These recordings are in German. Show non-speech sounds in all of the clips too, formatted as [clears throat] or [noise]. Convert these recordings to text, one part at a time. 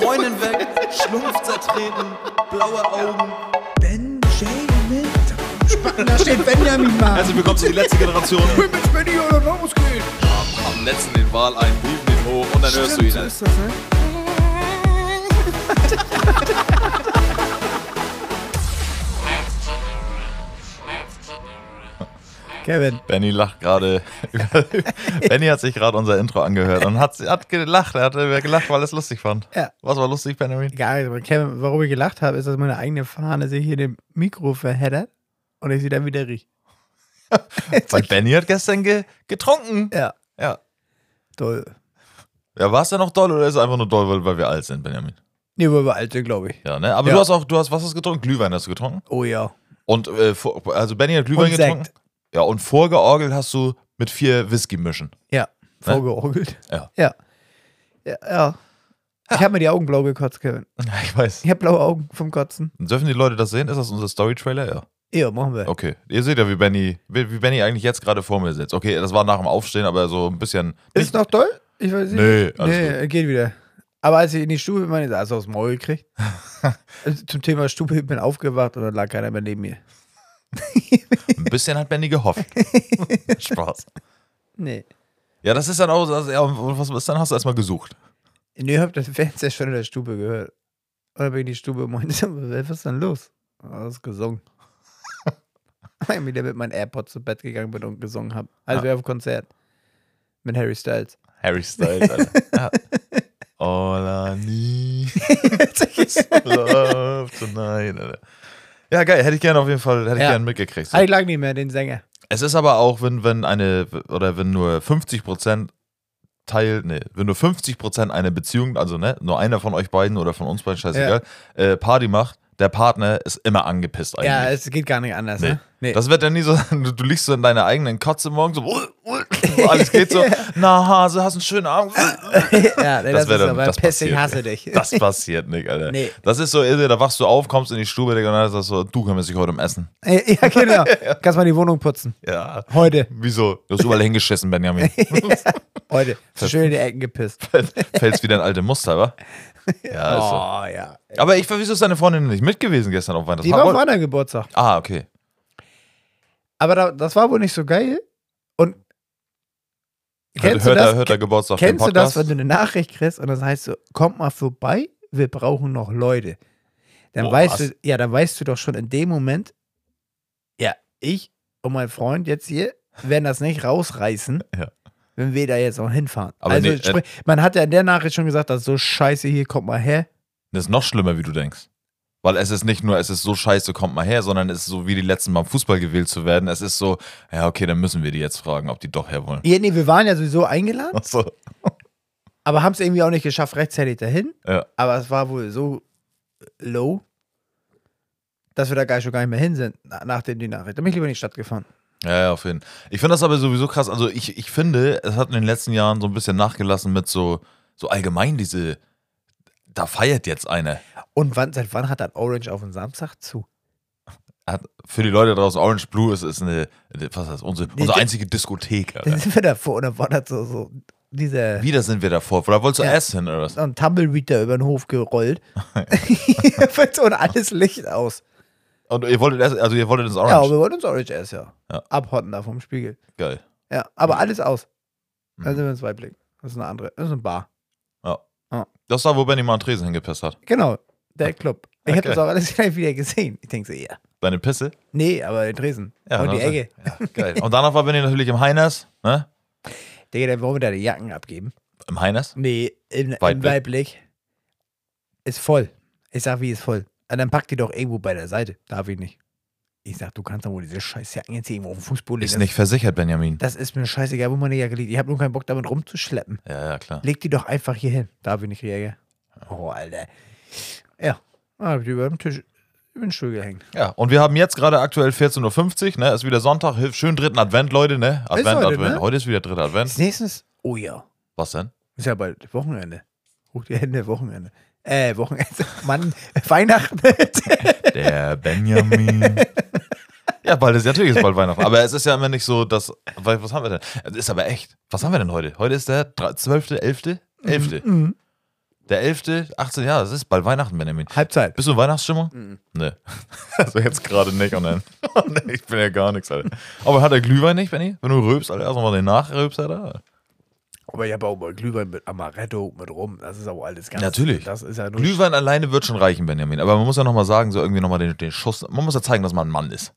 Freundin weg, Schlumpf zertreten, blaue Augen. Ben Jamin. Da steht Benjamin mal. Herzlich willkommen zu die letzte Generation. Bin Also, mit Benny oder raus geht. Am letzten den Wal ein, hieven den hoch und dann hörst du ihn. So ist das, ne? Kevin. Benny lacht gerade. [laughs] über- Benny hat sich gerade unser Intro angehört und hat, hat gelacht. Er hat äh, gelacht, weil er es lustig fand. Ja. Was war lustig, Benjamin? Geil, aber Kevin, warum ich gelacht habe, ist, dass meine eigene Fahne sich hier in dem Mikro verheddert und ich sie dann wieder [laughs] rieche. Weil Benny hat gestern ge getrunken. Ja. Ja. Toll. Ja, war es denn noch doll oder ist es einfach nur doll, weil- weil wir alt sind, Benjamin? Nee, wir alt sind, glaube ich. Ja, ne? Aber Ja. du hast auch, du hast, was hast du getrunken? Glühwein hast du getrunken. Oh ja. Und, äh, vor- also Benny hat Glühwein Und getrunken. Sekt. Ja, und vorgeorgelt hast du mit vier Whisky mischen. Ja. Vorgeorgelt. Ja. Ja. Ja. ja. Ich habe mir die Augen blau gekotzt, Kevin. [laughs] Ja, ich weiß. Ich habe blaue Augen vom Kotzen. Dürfen die Leute das sehen? Ist das unser Story-Trailer? Ja. Ja, machen wir. Okay. Ihr seht ja, wie Benny, wie, wie Benny eigentlich jetzt gerade vor mir sitzt. Okay, das war nach dem Aufstehen, aber so ein bisschen. also Ist noch toll? Ich weiß nicht. nee, alles Nee, geht wieder. Aber als ich in die Stube meine Nase aufs Maul [laughs] gekriegt. Also zum Thema Stube, ich bin aufgewacht und dann lag keiner mehr neben mir. gut. Ein bisschen hat Benny [laughs] gehofft. Spaß. Nee. Ja, das ist dann auch, das, ja, und was ist dann hast du erstmal gesucht. Nee, ich hab das Fernseher schon in der Stube gehört. Und dann bin ich in die Stube und meinte, [laughs] was ist denn los? Und dann hast du [laughs] gesungen. Weil ich wieder mit meinen AirPods zu Bett gegangen bin und gesungen habe. Also wir auf dem Konzert. Mit Harry Styles. Harry Styles, [laughs] Alter. Ja. All I need is love tonight, Alter. Ja, geil. Hätte ich gerne auf jeden Fall, hätte ich Ja. gerne mitgekriegt. Ah, ich lag nicht mehr, den Sänger. Es ist aber auch, wenn, wenn eine, oder wenn nur 50 Prozent Teil, nee, wenn nur 50 Prozent eine Beziehung, also ne, nur einer von euch beiden oder von uns beiden, scheißegal, äh, Party macht, der Partner ist immer angepisst eigentlich. Ja, es geht gar nicht anders, Nee. ne? Nee. Das wird dann nie so [laughs] sein, du, du liegst so in deiner eigenen Kotze morgens so, [laughs] alles geht so, na Hase, hast einen schönen Abend. [laughs] [laughs] ja, nee, das das, wär ist dann- aber das Pessing passiert. hasse dich. [laughs] Das passiert nicht, Alter. Nee. [laughs] Das ist so irre, da wachst du auf, kommst in die Stube, Digga, und dann ist das so, du kümmerst dich heute um Essen. [laughs] ja, genau. Kannst mal die Wohnung putzen. Ja. Heute. Wieso? Du hast überall hingeschissen, Benjamin. Heute. [laughs] Schön in die Ecken gepisst. Also. Fällst wieder in alte Muster, wa? Ja, ist so. Oh, ja. Aber ich, wieso ist deine Freundin nicht mit gewesen gestern auf Weihnachten? Die war auf meiner Geburtstag. ah, okay. Aber da, das war wohl nicht so geil. Und Also hört, kennst, du, er, das, hört er Geburtstag kennst du den das, Podcast? wenn du eine Nachricht kriegst und das heißt so, kommt mal vorbei, wir brauchen noch Leute. Dann Boah, weißt was? du, ja, dann weißt du doch schon in dem Moment, ja, ich und mein Freund jetzt hier werden das nicht rausreißen, [laughs] Ja. wenn wir da jetzt noch hinfahren. Aber also nee, äh- sprich, man hat ja in der Nachricht schon gesagt, das ist so scheiße hier, kommt mal her. das ist noch schlimmer, wie du denkst. Weil es ist nicht nur, es ist so scheiße, kommt mal her, sondern es ist so wie die letzten Mal im Fußball gewählt zu werden. Es ist so, ja, okay, dann müssen wir die jetzt fragen, ob die doch her [laughs] wollen. Ja, nee, wir waren ja sowieso eingeladen. Ach so. aber haben es irgendwie auch nicht geschafft, rechtzeitig dahin. Ja. Aber es war wohl so äh, low, dass wir da gar schon gar nicht mehr hin sind, na- nachdem die Nachricht. Da bin ich lieber in die Stadt gefahren. Ja, ja, auf jeden Fall. Ich finde das aber sowieso krass. Also ich, ich finde, es hat in den letzten Jahren so ein bisschen nachgelassen mit so, so allgemein diese, da feiert jetzt eine. Und wann, seit wann hat dann Orange auf den Samstag zu? Hat, für die Leute draußen, Orange Blue ist, ist eine, was heißt, unsere, Nee, unsere die- einzige Diskothek. Alter. Dann sind wir davor und dann war das so, so dieser Wieder sind wir davor. Oder wolltest du Ja. erst hin oder was? so ein Tumbleweed da über den [laughs] Hof gerollt. [laughs] Jedenfalls und alles Licht aus. Und ihr wolltet erst, also ihr wolltet ins Ja, aber Orange. wir wollten uns Orange essen, ja. Ja. Abhotten da vom Spiegel. Geil. Ja, aber alles aus. Da Mhm. sind wir ins Weibling. Das ist eine andere, das ist eine Bar. Das war, wo Benny mal einen Tresen hingepisst hat. Genau, der Club. Ich habe Okay. das auch alles [laughs] gleich wieder gesehen. Ich denke so, ja. Deine Pisse? Nee, aber in Dresden. und Oh, die dann- Ecke. Ja, geil. Und danach war Benny natürlich im Heiners, ne? Digga, dann wollen wir da die Jacken abgeben. Im Heiners? Nee, im, im Weitblick. Weiblich. Ist voll. Ich sag, wie ist voll. Und dann pack die doch irgendwo bei der Seite. Darf ich nicht. Ich sag, du kannst doch wohl diese scheiß Jacken jetzt hier irgendwo auf dem Fußboden Ist legen. nicht versichert, Benjamin. Das, das ist mir scheißegal, wo meine Jacke liegt. Ich hab nur keinen Bock, damit rumzuschleppen. Ja, ja, klar. Leg die doch einfach hier hin. Darf ich nicht, Jäger. Oh, Alter. Ja. Dann hab ich die über den Tisch, über den Stuhl gehängt. Ja, und wir haben jetzt gerade aktuell 14.50 Uhr, ne? Ist wieder Sonntag. Hilf- Schönen dritten Advent, Leute, ne? Advent, heute, Advent. ne? Heute ist wieder dritter Als Advent. nächstes, oh ja. Was denn? Ist ja bald Wochenende. Hoch die Hände, Wochenende. [laughs] Äh, Wochenende. Mann, [laughs] Weihnachten. Der Benjamin. [laughs] ja, bald ist natürlich ist bald Weihnachten. Aber es ist ja immer nicht so, dass. weil- Was haben wir denn? Es ist aber echt. Was haben wir denn heute? Heute ist der 12.11.11. 11. [laughs] Mhm. Der 11., 18. Ja, das ist bald Weihnachten, Benjamin. Halbzeit. [laughs] Bist du in Weihnachtsstimmung? Nee. [laughs] Also jetzt gerade nicht und [laughs] dann. nee, ich bin ja gar nichts, Alter. Aber hat er Glühwein nicht, Benny? Wenn du rülpst, Alter, erstmal mal den nachrülpst, Alter. Aber ich habe auch mal Glühwein mit Amaretto mit rum. Das ist aber alles ganz. Natürlich. Das ist ja nur. Glühwein alleine wird schon reichen, Benjamin. Aber man muss ja nochmal sagen, so irgendwie nochmal den, den Schuss. Man muss ja zeigen, dass man ein Mann ist.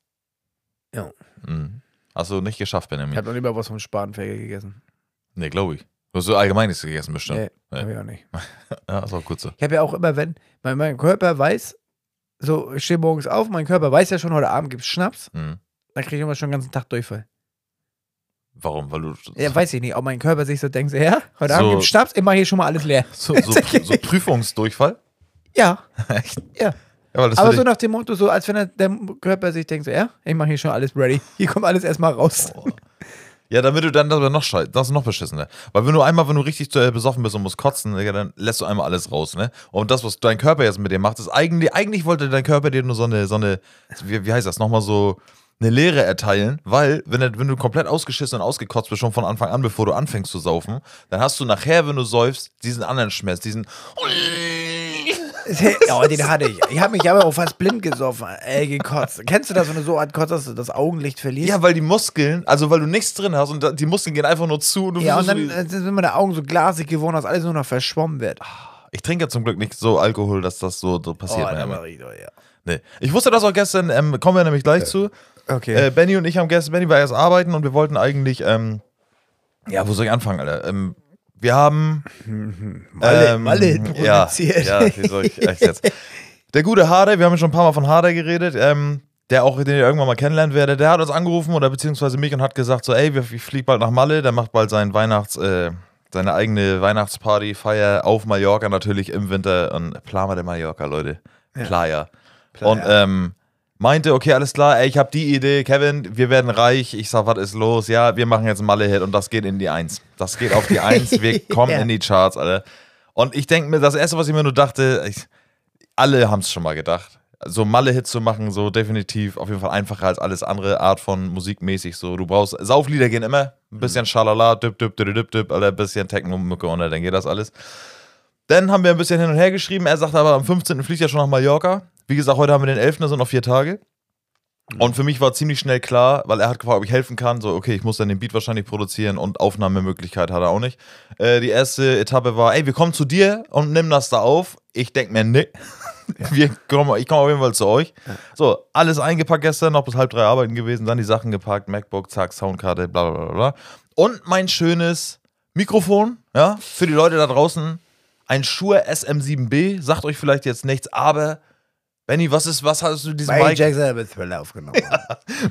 Ja. Mhm. Hast du nicht geschafft, ich Benjamin? habe noch lieber was vom Spanferkel gegessen. Nee, glaube ich. Du hast so allgemein nichts gegessen, bestimmt. Nee, Nee. habe ich auch nicht. Ja, ist auch gut so. Ich habe ja auch immer, wenn. Mein, mein Körper weiß, so, ich stehe morgens auf, mein Körper weiß ja schon, heute Abend gibt es Schnaps. Mhm. Dann kriege ich immer schon den ganzen Tag Durchfall. Warum? Weil du. Ja, weiß ich nicht, ob mein Körper sich so denkt, so, ja, heute So. Abend gibt es Schnaps, ich mache hier schon mal alles leer. [laughs] so, [laughs] so, so Prüfungsdurchfall? Ja, Echt? ja. Ja, weil das Aber würde so ich- nach dem Motto, so als wenn er, der Körper sich denkt, so, ja, ich mache hier schon alles ready. Hier kommt alles erstmal raus. ja, damit du dann darüber noch scheiß, das ist noch beschissener. Weil wenn du einmal, wenn du richtig äh, besoffen bist und musst kotzen, Digga, dann lässt du einmal alles raus, ne? Und das, was dein Körper jetzt mit dir macht, ist eigentlich, eigentlich wollte dein Körper dir nur so eine, so eine, wie, wie heißt das, nochmal so eine Lehre erteilen, weil wenn, er- wenn du komplett ausgeschissen und ausgekotzt bist schon von Anfang an, bevor du anfängst zu saufen, dann hast du nachher, wenn du säufst, diesen anderen Schmerz, diesen [laughs] ja, den hatte ich. Ich habe mich aber auch fast blind gesoffen, ey, gekotzt. Kennst du das, wenn du so hart kotzt, dass du das Augenlicht verlierst? Ja, weil die Muskeln, also weil du nichts drin hast und da- die Muskeln gehen einfach nur zu. Und du Ja, und versuchst dann so äh, sind meine Augen so glasig geworden, dass alles nur noch verschwommen wird. Oh, die- ich trinke ja zum Glück nicht so Alkohol, dass das so, so passiert. der Benjamin. Marito, äh, ja. nee. Ich wusste das auch gestern, ähm, kommen wir nämlich gleich zu. Okay. Äh, Benny und ich haben gestern, Benny war erst arbeiten und wir wollten eigentlich, ähm, ja, wo soll ich anfangen, Alter? Ähm, wir haben. [laughs] Malle- ähm, Malle ja, produziert. ja, wie soll ich echt jetzt? Der gute Harder, wir haben schon ein paar Mal von Harder geredet, ähm, der auch, den ihr irgendwann mal kennenlernen werdet, der hat uns angerufen oder beziehungsweise mich und hat gesagt: so, ey, wir- ich flieg bald nach Malle, der macht bald seinen Weihnachts, äh, seine eigene Weihnachtsparty, Feier auf Mallorca natürlich im Winter und Plama de Mallorca, Leute. Playa. Und ähm, meinte, okay, alles klar, ey, ich habe die Idee, Kevin, wir werden reich. Ich sag, was ist los? Ja, wir machen jetzt einen Malle-Hit und das geht in die Eins. Das geht auf die Eins, wir kommen Ja. in die Charts, Alter. Und ich denke mir, das Erste, was ich mir nur dachte, ich, alle haben es schon mal gedacht. So Malle-Hits zu machen, so definitiv auf jeden Fall einfacher als alles andere Art von musikmäßig. So, du brauchst, Sauflieder gehen immer, ein bisschen Schalala, düpp, düpp, düpp, düpp, düpp, Alter, ein bisschen Techno-Mucke und dann geht das alles. Dann haben wir ein bisschen hin und her geschrieben. Er sagte aber, am 15. fliegt er schon nach Mallorca. Wie gesagt, heute haben wir den 11., das sind noch vier Tage. Mhm. Und für mich war ziemlich schnell klar, weil er hat gefragt, ob ich helfen kann. So, okay, ich muss dann den Beat wahrscheinlich produzieren und Aufnahmemöglichkeit hat er auch nicht. Äh, die erste Etappe war, ey, wir kommen zu dir und nimm das da auf. Ich denk mir, nee. [laughs] Wir kommen, ich komme auf jeden Fall zu euch. So, alles eingepackt gestern, noch bis halb drei arbeiten gewesen, dann die Sachen gepackt, MacBook, zack, Soundkarte, bla bla bla bla. Und mein schönes Mikrofon, ja, für die Leute da draußen. Ein Shure SM7B, sagt euch vielleicht jetzt nichts, aber Benny, was ist, was hast du diesem Michael Mic Jackson hat mit Thriller aufgenommen.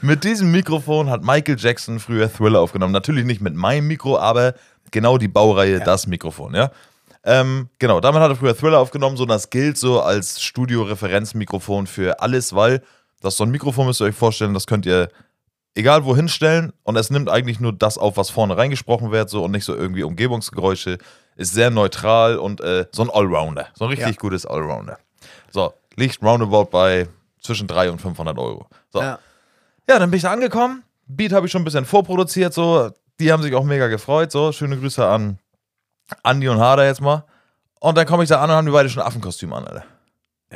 mit diesem Mikrofon hat Michael Jackson früher Thriller aufgenommen. Natürlich nicht mit meinem Mikro, aber genau die Baureihe, das Mikrofon, ja. Ähm, genau, damit hat er früher Thriller aufgenommen, so das gilt so als Studio-Referenzmikrofon für alles, weil das ist so ein Mikrofon, müsst ihr euch vorstellen, das könnt ihr egal wohin stellen und es nimmt eigentlich nur das auf, was vorne reingesprochen wird, so und nicht so irgendwie Umgebungsgeräusche. Ist sehr neutral und äh, so ein Allrounder, so ein richtig Ja. gutes Allrounder. So, liegt roundabout bei zwischen 300 und 500 Euro. So, Ja. ja, dann bin ich da angekommen. Beat habe ich schon ein bisschen vorproduziert, so. Die haben sich auch mega gefreut, so. Schöne Grüße an Andi und Harder jetzt mal. Und dann komme ich da an und haben die beide schon Affenkostüm an, Alter.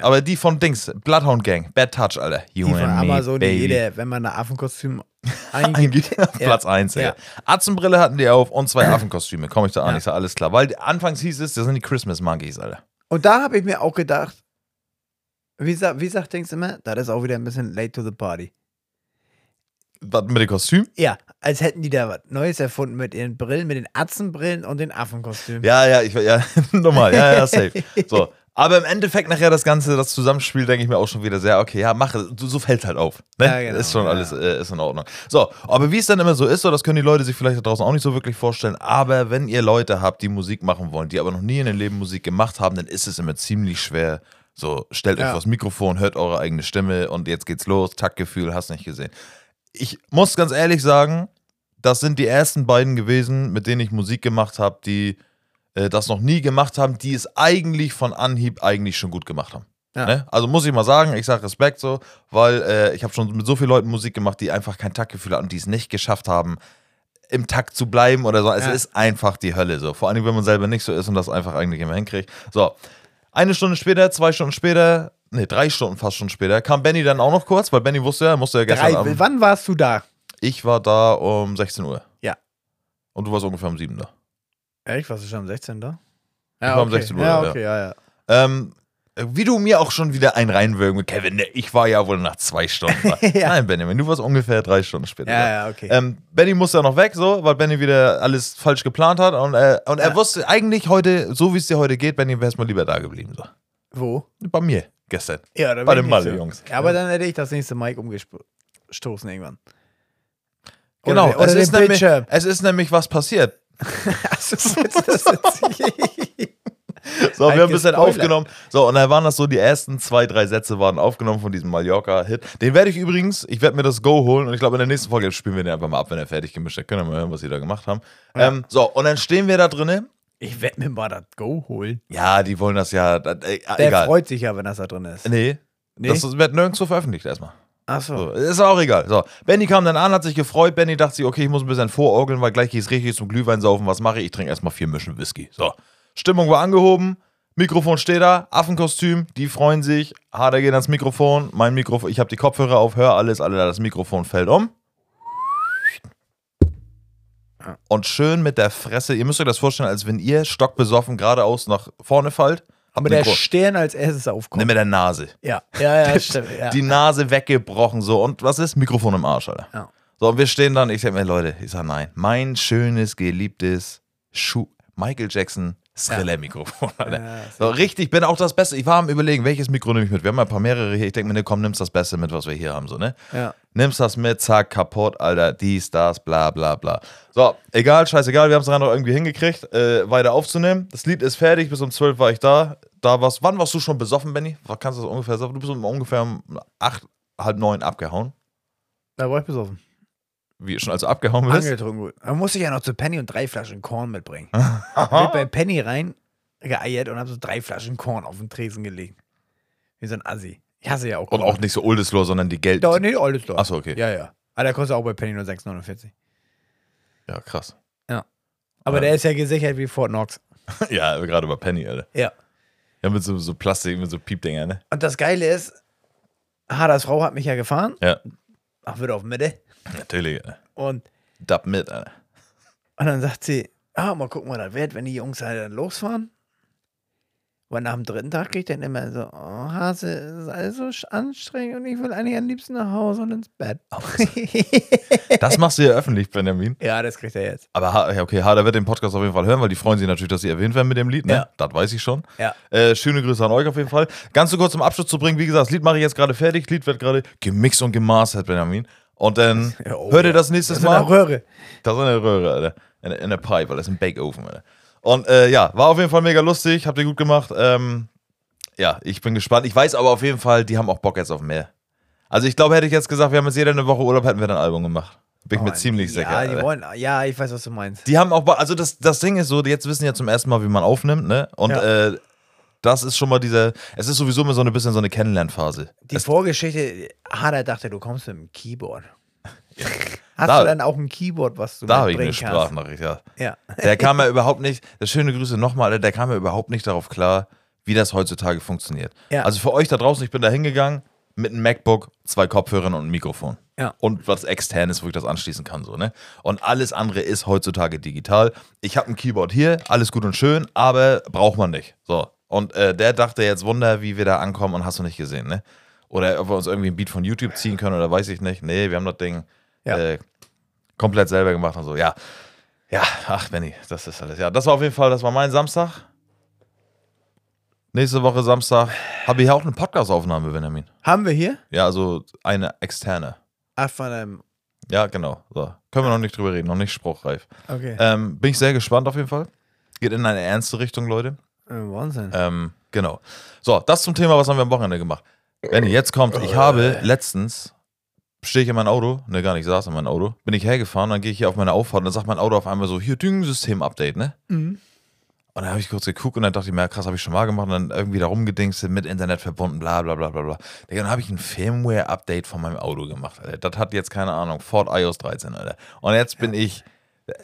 Aber die von Dings, Bloodhound Gang, Bad Touch, Alter. You Die von and me, Amazon, die baby. jeder, wenn man ein [laughs] Affenkostüm [laughs] eingibt. Eingeht auf Ja. Platz 1, ja. Ja. Atzenbrille hatten die auf und [clears throat] zwei Affenkostüme. Komme ich da an, Ja. ich sage, alles klar. Weil die- anfangs hieß es, das sind die Christmas Monkeys, Alter. Und da habe ich mir auch gedacht, wie, sa wie sagt Dings immer, das ist auch wieder ein bisschen late to the party. Was mit dem Kostüm? Ja, als hätten die da was Neues erfunden mit ihren Brillen, mit den Atzenbrillen und den Affenkostümen. Ja, ja, ich ja, [laughs] normal, ja, ja, safe. So. Aber im Endeffekt nachher das Ganze, das Zusammenspiel, denke ich mir auch schon wieder sehr, okay, ja, mache, so, so fällt halt auf. Ne? Ja, genau, ist schon ja. alles, äh, ist in Ordnung. So, aber wie es dann immer so ist, so, das können die Leute sich vielleicht da draußen auch nicht so wirklich vorstellen, aber wenn ihr Leute habt, die Musik machen wollen, die aber noch nie in ihrem Leben Musik gemacht haben, dann ist es immer ziemlich schwer. So, stellt euch Ja. vor das Mikrofon, hört eure eigene Stimme und jetzt geht's los, Taktgefühl, hast nicht gesehen. Ich muss ganz ehrlich sagen, das sind die ersten beiden gewesen, mit denen ich Musik gemacht habe, die äh, das noch nie gemacht haben, die es eigentlich von Anhieb eigentlich schon gut gemacht haben. Ja. Ne? Also muss ich mal sagen, ich sage Respekt so, weil äh, ich habe schon mit so vielen Leuten Musik gemacht, die einfach kein Taktgefühl hatten, die es nicht geschafft haben, im Takt zu bleiben oder so. Es Ja. ist einfach die Hölle so. Vor allem, wenn man selber nicht so ist und das einfach eigentlich immer hinkriegt. So, eine Stunde später, zwei Stunden später, nee, drei Stunden fast schon später, kam Benny dann auch noch kurz, weil Benny wusste ja, er musste ja gestern Drei, Abend. wann warst du da? Ich war da um 16 Uhr. Ja. Und du warst ungefähr um 7 da. Echt, warst du schon am 16. da? Ich war am 16 Uhr, ja, ja. okay, ja, ja. Ähm, wie du mir auch schon wieder einen reinwürgen, Kevin, ne, ich war ja wohl nach zwei Stunden. da. [laughs] Ja. Nein, Benjamin, du warst ungefähr drei Stunden später. da. Ja, ja, okay. Ähm, Benny musste ja noch weg, so, weil Benny wieder alles falsch geplant hat. Und, äh, und er Ja. wusste eigentlich heute, so wie es dir heute geht, Benny wär's mal lieber da geblieben. So. Wo? Bei mir gestern. Ja, da Bei bin den ich Malle, so. Jungs. Ja, aber dann hätte ich das nächste Mic umgestoßen irgendwann. Genau. Oder, oder es, den ist nämlich, [laughs] Bildschirm. es ist nämlich was passiert. Das ist jetzt- das ist jetzt- So, wir haben Ein ein bisschen Gespoiler. aufgenommen. So, und dann waren das so, die ersten zwei, drei Sätze waren aufgenommen von diesem Mallorca-Hit. Den werde ich übrigens, ich werde mir das Go holen und ich glaube, in der nächsten Folge spielen wir den einfach mal ab, wenn er fertig gemischt ist. Können wir mal hören, was sie da gemacht haben. Ähm, so, und dann stehen wir da drinnen. [laughs] ich werde mir mal das Go holen. Ja, die wollen das ja, das, äh, Der egal. freut sich ja, wenn das da drin ist. nee, Nee? das wird nirgendwo veröffentlicht erstmal. Achso. So, ist auch egal. So, Benny kam dann an, hat sich gefreut. Benny dachte sich, okay, ich muss ein bisschen vororgeln, weil gleich geht's richtig zum Glühwein saufen. Was mache ich? Ich trinke erstmal vier Mischen Whisky. So, Stimmung war angehoben. Mikrofon steht da, Affenkostüm, die freuen sich. Harder geht ans Mikrofon. Mein Mikrofon, ich habe die Kopfhörer auf, hör alles, alle das Mikrofon fällt um. Und schön mit der Fresse. Ihr müsst euch das vorstellen, als wenn ihr stockbesoffen geradeaus nach vorne fallt. Habt Mit einen der Grund. Stirn als erstes Ne, aufkommt. mit der Nase Ja, [laughs] ja, ja, stimmt. Ja. die Nase weggebrochen so und was ist? Mikrofon im Arsch, Alter. Ja. So, und wir stehen dann, ich sag mir, Leute, ich sag nein, mein schönes, geliebtes Schu Michael Jackson Thriller-Mikrofon, Alter. Ja, das so, richtig, bin auch das Beste. Ich war am überlegen, welches Mikro nehme ich mit? Wir haben ja ein paar mehrere hier. Ich denke mir, ne, komm, nimmst das Beste mit, was wir hier haben, so, ne? ja. Nimmst das mit, zack, kaputt, Alter, dies, das, bla, bla, bla. So, egal, scheißegal, wir haben es dann noch irgendwie hingekriegt, äh, weiter aufzunehmen. Das Lied ist fertig, bis um 12 war ich da. Da warst, wann warst du schon besoffen, Benny? Was kannst du das ungefähr sagen? Du bist um ungefähr um 8, halb 9 abgehauen. Da war ich besoffen. Wie, schon als du abgehauen bist? Angetrunken gut. Da musste ich ja noch zu Penny und drei Flaschen [laughs] Korn mitbringen. Bin ich bei Penny rein geeiert und habe so drei Flaschen Korn auf den Tresen gelegt. Wie so ein Assi. Ich hasse ja auch Und auch nicht so Oldeslohr, sondern die Geld. Da, nee, alles doch. Achso, okay. Ja. Ja, ja. Aber der kostet auch bei Penny nur 6,49. krass. [laughs] Aber Ja. der ist ja gesichert wie Fort Knox. ja, gerade bei Penny, Alter. Ja. Ja, mit so, so Plastik, mit so Piepdinger, ne? Und das Geile ist, Haders Frau hat mich ja gefahren. Ja, Ach, wird auf Mitte. natürlich, Alter. Und, Dab mit, Alter. und dann sagt sie, ah, mal gucken, was das wird, wenn die Jungs halt dann losfahren. Und nach dem dritten Tag kriege ich dann immer so, oh, Hase, es ist alles so sch- anstrengend und ich will eigentlich am liebsten nach Hause und ins [laughs] Bett. Das machst du ja öffentlich, Benjamin. ja, das kriegt er jetzt. Aber Ha- ja, okay, Harder wird den Podcast auf jeden Fall hören, weil die freuen sich natürlich, dass sie erwähnt werden mit dem Lied. Ne? Ja. Das weiß ich schon. Ja. Äh, schöne Grüße an euch auf jeden Fall. Ganz so kurz zum Abschluss zu bringen, wie gesagt, das Lied mache ich jetzt gerade fertig. Lied wird gerade gemixt und gemastert, Benjamin. Und dann Ja, oh hört ihr ja. das nächstes Das ist Mal. eine Röhre. Das ist eine Röhre, Alter. In, in der Pipe, Alter. Das ist ein Backofen, Alter. Und äh, ja, war auf jeden Fall mega lustig. Habt ihr gut gemacht. Ähm, ja, ich bin gespannt. Ich weiß aber auf jeden Fall, die haben auch Bock jetzt auf mehr. Also ich glaube, hätte ich jetzt gesagt, wir haben jetzt jeder eine Woche Urlaub, hätten wir dann ein Album gemacht. Bin ich mir Oh, ziemlich sicher. Ja, Alter. die wollen, ja, ich weiß, was du meinst. Die haben auch, ba- also das, das Ding ist so, die jetzt wissen ja zum ersten Mal, wie man aufnimmt, ne? Und Ja. äh, das ist schon mal dieser, es ist sowieso immer so ein bisschen so eine Kennenlernphase. Die es, Vorgeschichte, Hader dachte, du kommst mit dem Keyboard. Hast Da- du dann auch ein Keyboard, was du da habe ich mitbringen eine kannst? Sprachnachricht, ja. Ja. Der kam ja überhaupt nicht, das schöne Grüße nochmal, Alter, der kam ja überhaupt nicht darauf klar, wie das heutzutage funktioniert. Ja. Also für euch da draußen, ich bin da hingegangen mit einem MacBook, zwei Kopfhörern und einem Mikrofon. Ja. Und was externes, wo ich das anschließen kann, so, ne? Und alles andere ist heutzutage digital. Ich habe ein Keyboard hier, alles gut und schön, aber braucht man nicht. So. Und äh, der dachte jetzt Wunder, wie wir da ankommen und hast du nicht gesehen, ne? Oder ob wir uns irgendwie ein Beat von YouTube ziehen können oder weiß ich nicht. Nee, wir haben das Ding Ja. äh, komplett selber gemacht und so. Ja. Ja, ach Benny, das ist alles. Ja, das war auf jeden Fall, das war mein Samstag. Nächste Woche Samstag habe ich ja auch eine Podcast-Aufnahme, Benjamin. Haben wir hier? Ja, also eine externe. Ach, von einem. Ja, genau. So. Können wir noch nicht drüber reden, noch nicht spruchreif. Okay. Ähm, bin ich sehr gespannt auf jeden Fall. Geht in eine ernste Richtung, Leute. Äh, Wahnsinn. Ähm, genau. So, das zum Thema, was haben wir am Wochenende gemacht? Benny, jetzt kommt, ich habe letztens, stehe ich in mein Auto, ne, gar nicht, saß in mein Auto, bin ich hergefahren, dann gehe ich hier auf meine Auffahrt und dann sagt mein Auto auf einmal so, hier, Düngen-System-Update, ne? Mhm. Und dann habe ich kurz geguckt und dann dachte ich mir, ja, krass, habe ich schon mal gemacht und dann irgendwie da rumgedingst, mit Internet verbunden, bla bla bla bla bla. Digga, dann habe ich ein Firmware-Update von meinem Auto gemacht, Alter. Das hat jetzt, keine Ahnung, Ford iOS 13, Alter. Und jetzt bin ich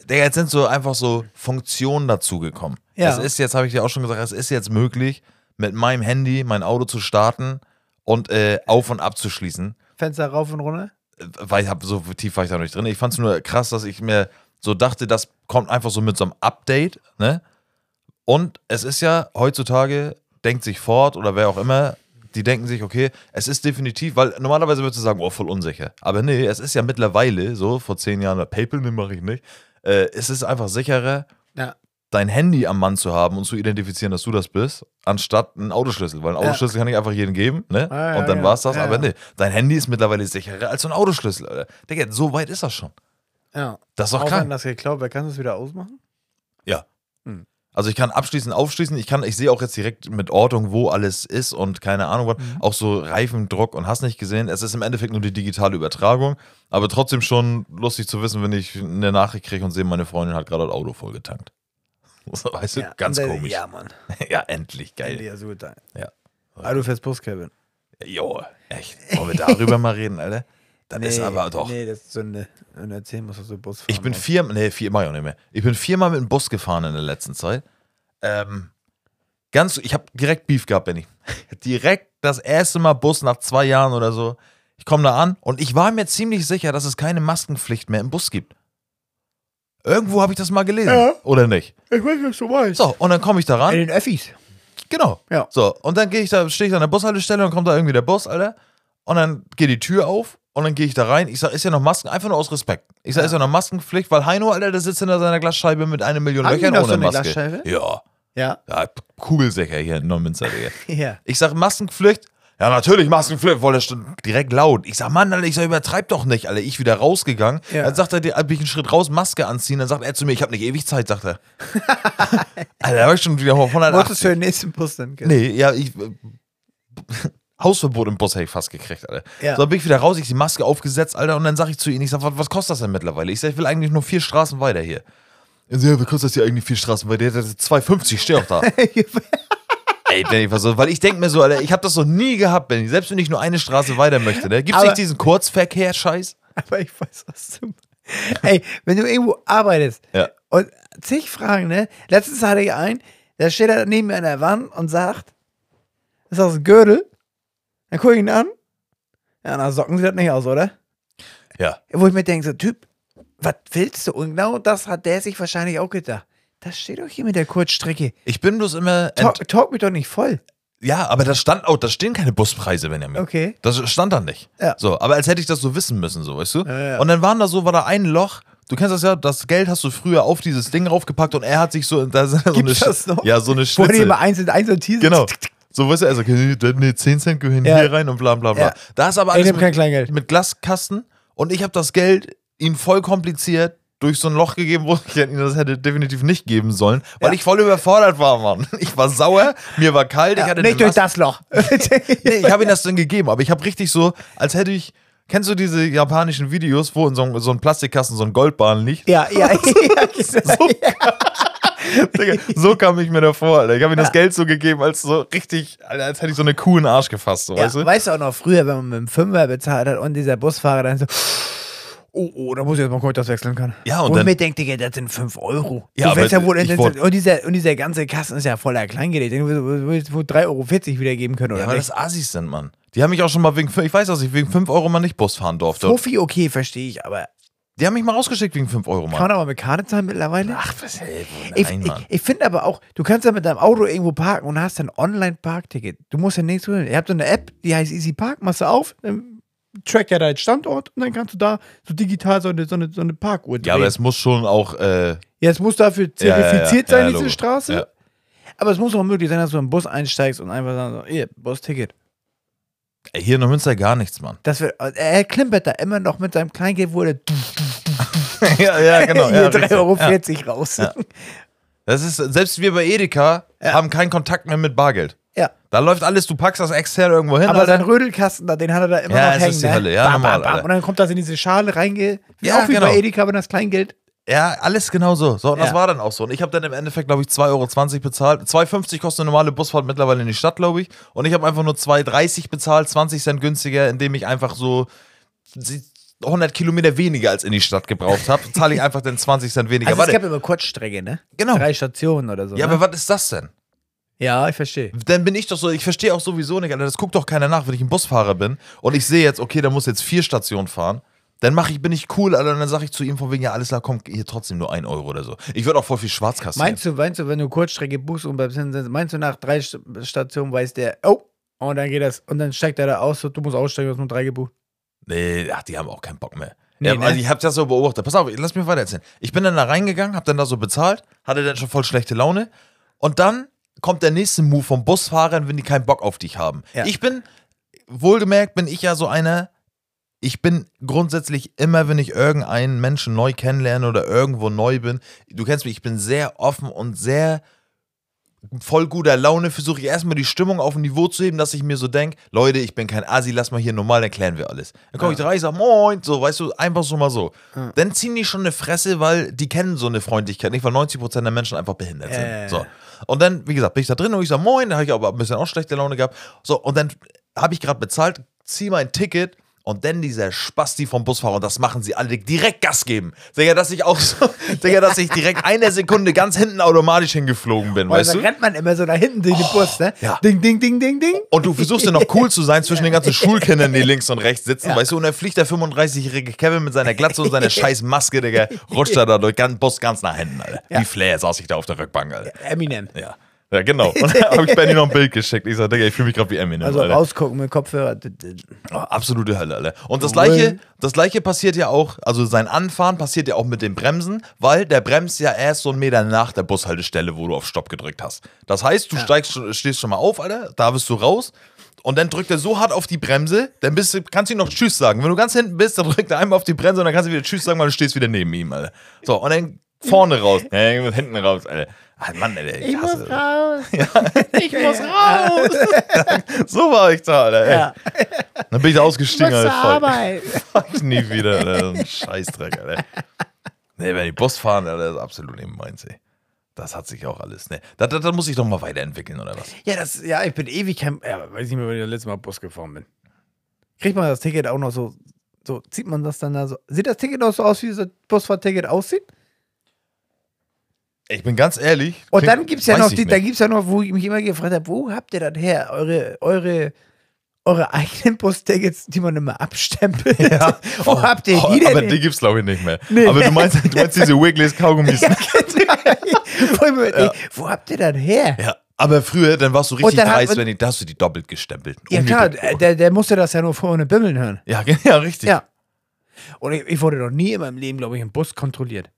Digga, jetzt sind so einfach so Funktionen dazugekommen. Ja. Es ist jetzt, habe ich dir auch schon gesagt, es ist jetzt möglich, mit meinem Handy mein Auto zu starten und äh, auf und abzuschließen. Fenster rauf und runter? Weil ich hab, so tief war ich da noch nicht drin. Ich fand es nur krass, dass ich mir so dachte, das kommt einfach so mit so einem Update, ne? Und es ist ja heutzutage, denkt sich Ford oder wer auch immer, die denken sich, okay, es ist definitiv, weil normalerweise würdest du sagen, oh, voll unsicher. Aber nee, es ist ja mittlerweile so, vor zehn Jahren, PayPal, ne, mache ich nicht. Äh, es ist einfach sicherer, Ja. dein Handy am Mann zu haben und zu identifizieren, dass du das bist, anstatt einen Autoschlüssel. Weil einen Ja. Autoschlüssel kann ich einfach jedem geben, ne? Ah, ja, und dann ja. war's das. Ja, aber ja. nee, dein Handy ist mittlerweile sicherer als so ein Autoschlüssel, Alter. Digga, so weit ist das schon. Ja. Das ist doch Auch krank. wenn das geklaut wird, kannst du es wieder ausmachen? Also ich kann abschließen, aufschließen. Ich kann, ich sehe auch jetzt direkt mit Ortung, wo alles ist und keine Ahnung was. Mhm. Auch so Reifendruck und hast nicht gesehen. Es ist im Endeffekt nur die digitale Übertragung, aber trotzdem schon lustig zu wissen, wenn ich eine Nachricht kriege und sehe, meine Freundin hat gerade das Auto vollgetankt. [laughs] So, Weißt du, ganz und, äh, komisch. Ja, [laughs] Ja. Mann. endlich Ende geil. ja so getan. Ja. Ah, du fährst Bus, Kevin. Jo, echt. Wollen wir darüber mal reden, Alter? Dann ist Nee, aber doch. Nee, das ist Sünde. Und erzählen musst, dass du Bus fahren Ich bin musst. viermal, nee, viermal auch nicht mehr. Ich bin viermal mit dem Bus gefahren in der letzten Zeit. Ähm, ganz, ich habe direkt Beef gehabt, Benny. [laughs] Direkt das erste Mal Bus nach zwei Jahren oder so. Ich komme da an und ich war mir ziemlich sicher, dass es keine Maskenpflicht mehr im Bus gibt. Irgendwo habe ich das mal gelesen, Ja. oder nicht? Ich weiß, was du meinst. So, und dann komme ich da ran. In den Öffis. Genau. Ja. So, und dann gehe ich da, stehe ich da an der Bushaltestelle und kommt da irgendwie der Bus, Alter. Und dann geht die Tür auf und dann gehe ich da rein. Ich sag, ist ja noch Masken, einfach nur aus Respekt. Ich sag, ist ja noch Maskenpflicht, weil Heino, Alter, der sitzt hinter seiner Glasscheibe mit einer Million Haben die Löchern noch ohne so eine Maske. Glasscheibe? Ja. Ja. ja. Kugelsicher hier in Neumünster, Digga. Ja. Ich sag, Maskenpflicht. Ja, natürlich, Maskenpflicht, wollte er schon direkt laut. Ich sag, Mann, Alter, ich sag, übertreib doch nicht, Alter. Ich wieder rausgegangen. Ja. Dann sagt er, dir, bin ich einen Schritt raus, Maske anziehen. Dann sagt er zu mir, ich habe nicht ewig Zeit, sagt er. [laughs] Alter, da war ich schon wieder auf 180. Wolltest du den nächsten Bus dann, Kevin? Nee, ja, ich. äh, Hausverbot im Bus hätte ich fast gekriegt, Alter. Ja. So, dann bin ich wieder raus, ich die Maske aufgesetzt, Alter, und dann sag ich zu ihnen, ich sag, was, was kostet das denn mittlerweile? Ich sag, ich will eigentlich nur vier Straßen weiter hier. Und sie, ja, was kostet das hier eigentlich vier Straßen weiter? Ja, das ist 2,50, steh auch [laughs] da. Ey, Benny, was so, weil ich denk mir so, Alter, ich hab das noch nie gehabt, Benny. Selbst wenn ich nur eine Straße weiter möchte, ne? Gibt's Aber- nicht diesen Kurzverkehr-Scheiß? Aber ich weiß, was du meinst. Ey, wenn du irgendwo arbeitest Ja. und zig Fragen, ne? Letztens hatte ich einen, der steht da neben mir an der Wand und sagt, ist das ein Gürtel? Dann gucke ich ihn an. Ja, na, Socken sieht das nicht aus, oder? Ja. Wo ich mir denke, so, Typ, was willst du? Und genau das hat der sich wahrscheinlich auch gedacht. Das steht doch hier mit der Kurzstrecke. Ich bin bloß immer. Talk, ent- talk mich doch nicht voll. Ja, aber da stand auch, da stehen keine Buspreise, Benjamin. Okay. Das stand da nicht. Ja. So, aber als hätte ich das so wissen müssen, so, weißt du? Ja, ja. Und dann waren da so, war da ein Loch. Du kennst das ja, das Geld hast du früher auf dieses Ding raufgepackt und er hat sich so, da sind so eine, Gibt's das Sch- noch? ja, so eine Wo die Schnitzel. immer einzeln, einzeln teasen. Genau. So, weißt du, also, okay, nee, 10 Cent gehören Ja. hier rein und bla, bla, bla. Ja. Da ist aber Ey, ich alles hab kein Kleingeld. mit Glaskasten und ich habe das Geld ihm voll kompliziert durch so ein Loch gegeben, wo ich ihm das hätte definitiv nicht geben sollen, weil Ja. ich voll überfordert war, Mann. Ich war sauer, mir war kalt, ich Ja, hatte eine nicht durch Maske- [laughs] das Loch. [laughs] Nee, ich habe ihm das dann gegeben, aber ich habe richtig so, als hätte ich. Kennst du diese japanischen Videos, wo in so, einem- so einem Plastikkasten so ein Goldbahn liegt? [laughs] ja, ja, [laughs] ja. genau. Digga, so kam ich mir davor, Alter. Ich habe ihm das Geld so gegeben, als so richtig, Alter, als hätte ich so eine Kuh in den Arsch gefasst, so, Ja, weißt du? weißt du auch noch früher, wenn man mit dem Fünfer bezahlt hat und dieser Busfahrer dann so, oh, oh, da muss ich jetzt mal kurz das wechseln können. Ja, und und dann- mir denkt, Digga, das sind 5 Euro. Ja, du aber weißt ja wohl, ich das- wollt- und, dieser, und dieser ganze Kasten ist ja voller Kleingeld. Ich denke, du würdest wohl 3,40 Euro wiedergeben können, Ja, oder weil nicht? das Assis sind, Mann. Die haben mich auch schon mal wegen, fün- ich weiß, dass ich wegen 5 Euro mal nicht Bus fahren durfte. Profi, okay, verstehe ich, aber Die haben mich mal rausgeschickt wegen 5 Euro, kann man Mann. da mal mit Karte zahlen mittlerweile? Ach, was, ey, wo- ich nein, ich, Mann. ich finde aber auch, du kannst ja mit deinem Auto irgendwo parken und hast ein Online-Parkticket. Du musst ja nichts tun. Ihr habt so eine App, die heißt Easy Park, machst du auf, dann trackt ja deinen Standort und dann kannst du da so digital so eine, so eine, so eine Parkuhr Ja, aber es muss schon auch, äh, Jetzt muss dafür Ja, ja, ja. zertifiziert Ja, ja, sein, diese Logo. Straße. Ja. Aber es muss auch möglich sein, dass du im Bus einsteigst und einfach sagen, so, hier, Busticket. hier in Münster gar nichts, Mann. Das wird, und er klimpert da immer noch mit seinem Kleingeld, wurde [laughs] ja, ja, [laughs] genau. ja, [laughs] hier richtig. 3,40 Euro raus. [laughs] Ja. Das ist, selbst wir bei Edeka haben keinen Kontakt mehr mit Bargeld. Da läuft alles, du packst das extern irgendwo hin. Aber Alter. sein Rödelkasten da, den hat er da immer Ja, noch es hängen. ist die ne? Hölle, ja, bam, normal, bam, bam. Alter. Und dann kommt das in diese Schale reinge. Ja, auch wie genau. bei Edeka, wenn das Kleingeld. ja, alles genau so. So, und das Ja. war dann auch so. Und ich habe dann im Endeffekt, glaube ich, 2,20 Euro bezahlt. 2,50 kostet eine normale Busfahrt mittlerweile in die Stadt, glaube ich. Und ich habe einfach nur 2,30 bezahlt, 20 Cent günstiger, indem ich einfach so sie- 100 Kilometer weniger als in die Stadt gebraucht habe, zahle ich einfach den 20 Cent weniger. Also es Warte. gab immer Kurzstrecke, ne? Genau. Drei Stationen oder so. ja, ne? aber was ist das denn? ja ich verstehe. Dann bin ich doch so, ich verstehe auch sowieso nicht, Alter, das guckt doch keiner nach, wenn ich ein Busfahrer bin und ich sehe jetzt, okay, da muss jetzt vier Stationen fahren. Dann mache ich, bin ich cool, Alter, und dann sage ich zu ihm von wegen, ja, alles klar, komm, hier trotzdem nur ein Euro oder so. Ich würde auch voll viel schwarz kassieren. Meinst du, meinst du, wenn du Kurzstrecke buchst und beim Hinsen, meinst du nach drei St- Stationen weiß der, oh, und dann geht das, und dann steigt er da aus, so, du musst aussteigen, du hast nur drei gebucht. Nee, ach, die haben auch keinen Bock mehr. Nee, ja, ne? Also ich habe das so beobachtet. Pass auf, lass mich weiter erzählen. Ich bin dann da reingegangen, habe dann da so bezahlt, hatte dann schon voll schlechte Laune. Und dann kommt der nächste Move von Busfahrern, wenn die keinen Bock auf dich haben. Ja. Ich bin, wohlgemerkt bin ich ja so einer, ich bin grundsätzlich immer, wenn ich irgendeinen Menschen neu kennenlerne oder irgendwo neu bin, du kennst mich, ich bin sehr offen und sehr voll guter Laune, versuche ich erstmal die Stimmung auf ein Niveau zu heben, dass ich mir so denke, Leute, ich bin kein Asi, lass mal hier normal, erklären wir alles. Dann komme ich rein, ich sage Moin, so, weißt du, einfach so mal so. Dann ziehen die schon eine Fresse, weil die kennen so eine Freundlichkeit nicht, weil 90% der Menschen einfach behindert sind. Äh. So. Und dann, wie gesagt, bin ich da drin und ich sage Moin, da habe ich aber ein bisschen auch schlechte Laune gehabt. So, und dann habe ich gerade bezahlt, ziehe mein Ticket und dann dieser Spasti vom Busfahrer, und das machen sie alle, direkt Gas geben. Digga, dass ich auch so, [laughs] Digga, dass ich direkt eine Sekunde ganz hinten automatisch hingeflogen bin, weißt also du? Oh, rennt man immer so nach hinten durch den Bus, ne? ja. Ding, ding, ding, ding, ding. Und du versuchst ja noch cool zu sein zwischen den ganzen Schulkindern, die links und rechts sitzen, weißt du? Und dann fliegt der 35-jährige Kevin mit seiner Glatze und seiner scheiß Maske, Digga, rutscht da da durch den Bus ganz nach hinten, Alter. Wie Flair saß ich da auf der Rückbank, Alter. Eminem. Ja. Ja, genau. Und dann habe ich Benny noch ein Bild geschickt. Ich sage, Digga, ich fühle mich gerade wie Eminem, Also Alter. rausgucken mit Kopfhörer. D- d- Oh, absolute Hölle, Alter. Und das Jawohl. gleiche, das gleiche passiert ja auch, also sein Anfahren passiert ja auch mit dem Bremsen, weil der bremst ja erst so einen Meter nach der Bushaltestelle, wo du auf Stopp gedrückt hast. Das heißt, du steigst schon, stehst schon mal auf, Alter, da bist du raus. Und dann drückt er so hart auf die Bremse, dann bist du, kannst du ihm noch Tschüss sagen. Wenn du ganz hinten bist, dann drückt er einmal auf die Bremse und dann kannst du wieder Tschüss sagen, weil du stehst wieder neben ihm, Alter. So, und dann vorne raus. Äh, hinten raus, Alter. Ah, Mann, Alter, ich, hasse das. [laughs] raus. Ich [laughs] muss raus. so war ich da, Alter. Ja. Echt. Dann bin ich ausgestiegen, Alter. Fuck, Arbeit. fuck nie wieder, Alter. So ein Scheißdreck, Alter. Nee, wenn die Bus fahren, Alter, das ist absolut neben meins, ey. Das hat sich auch alles, ne. Da, da, da muss ich doch mal weiterentwickeln, oder was? [laughs] Ja, das, ja, ich bin ewig kein, ja, weiß nicht mehr, wann ich das letzte Mal Bus gefahren bin. Kriegt man das Ticket auch noch so, so zieht man das dann da so. Sieht das Ticket auch so aus, wie das Busfahrticket aussieht? Ich bin ganz ehrlich. Und klingt- Oh, dann gibt es ja weiß noch, ich die, da nicht. gibt's ja noch, wo ich mich immer gefragt habe, wo habt ihr das her? Eure, eure, eure eigenen Bustickets, die man immer abstempelt. [laughs] [laughs] wo Oh, habt ihr oh, die denn? Aber hin? die [laughs] gibt's, glaube ich, nicht mehr. Nee. Aber du meinst, du meinst diese Wiggles Kaugummis. ja, Ja. genau. [laughs] Wo ich mir überlege, Wo habt ihr das her? Aber früher, dann warst du richtig dann hat dreist, man- wenn ich, da hast du die doppelt gestempelt. Ja, klar, Umgedreht. der, der musste das ja nur vorne bimmeln hören. Ja, [laughs] ge- ja, richtig. Ja. Und ich, ich wurde noch nie in meinem Leben, glaube ich, im Bus kontrolliert.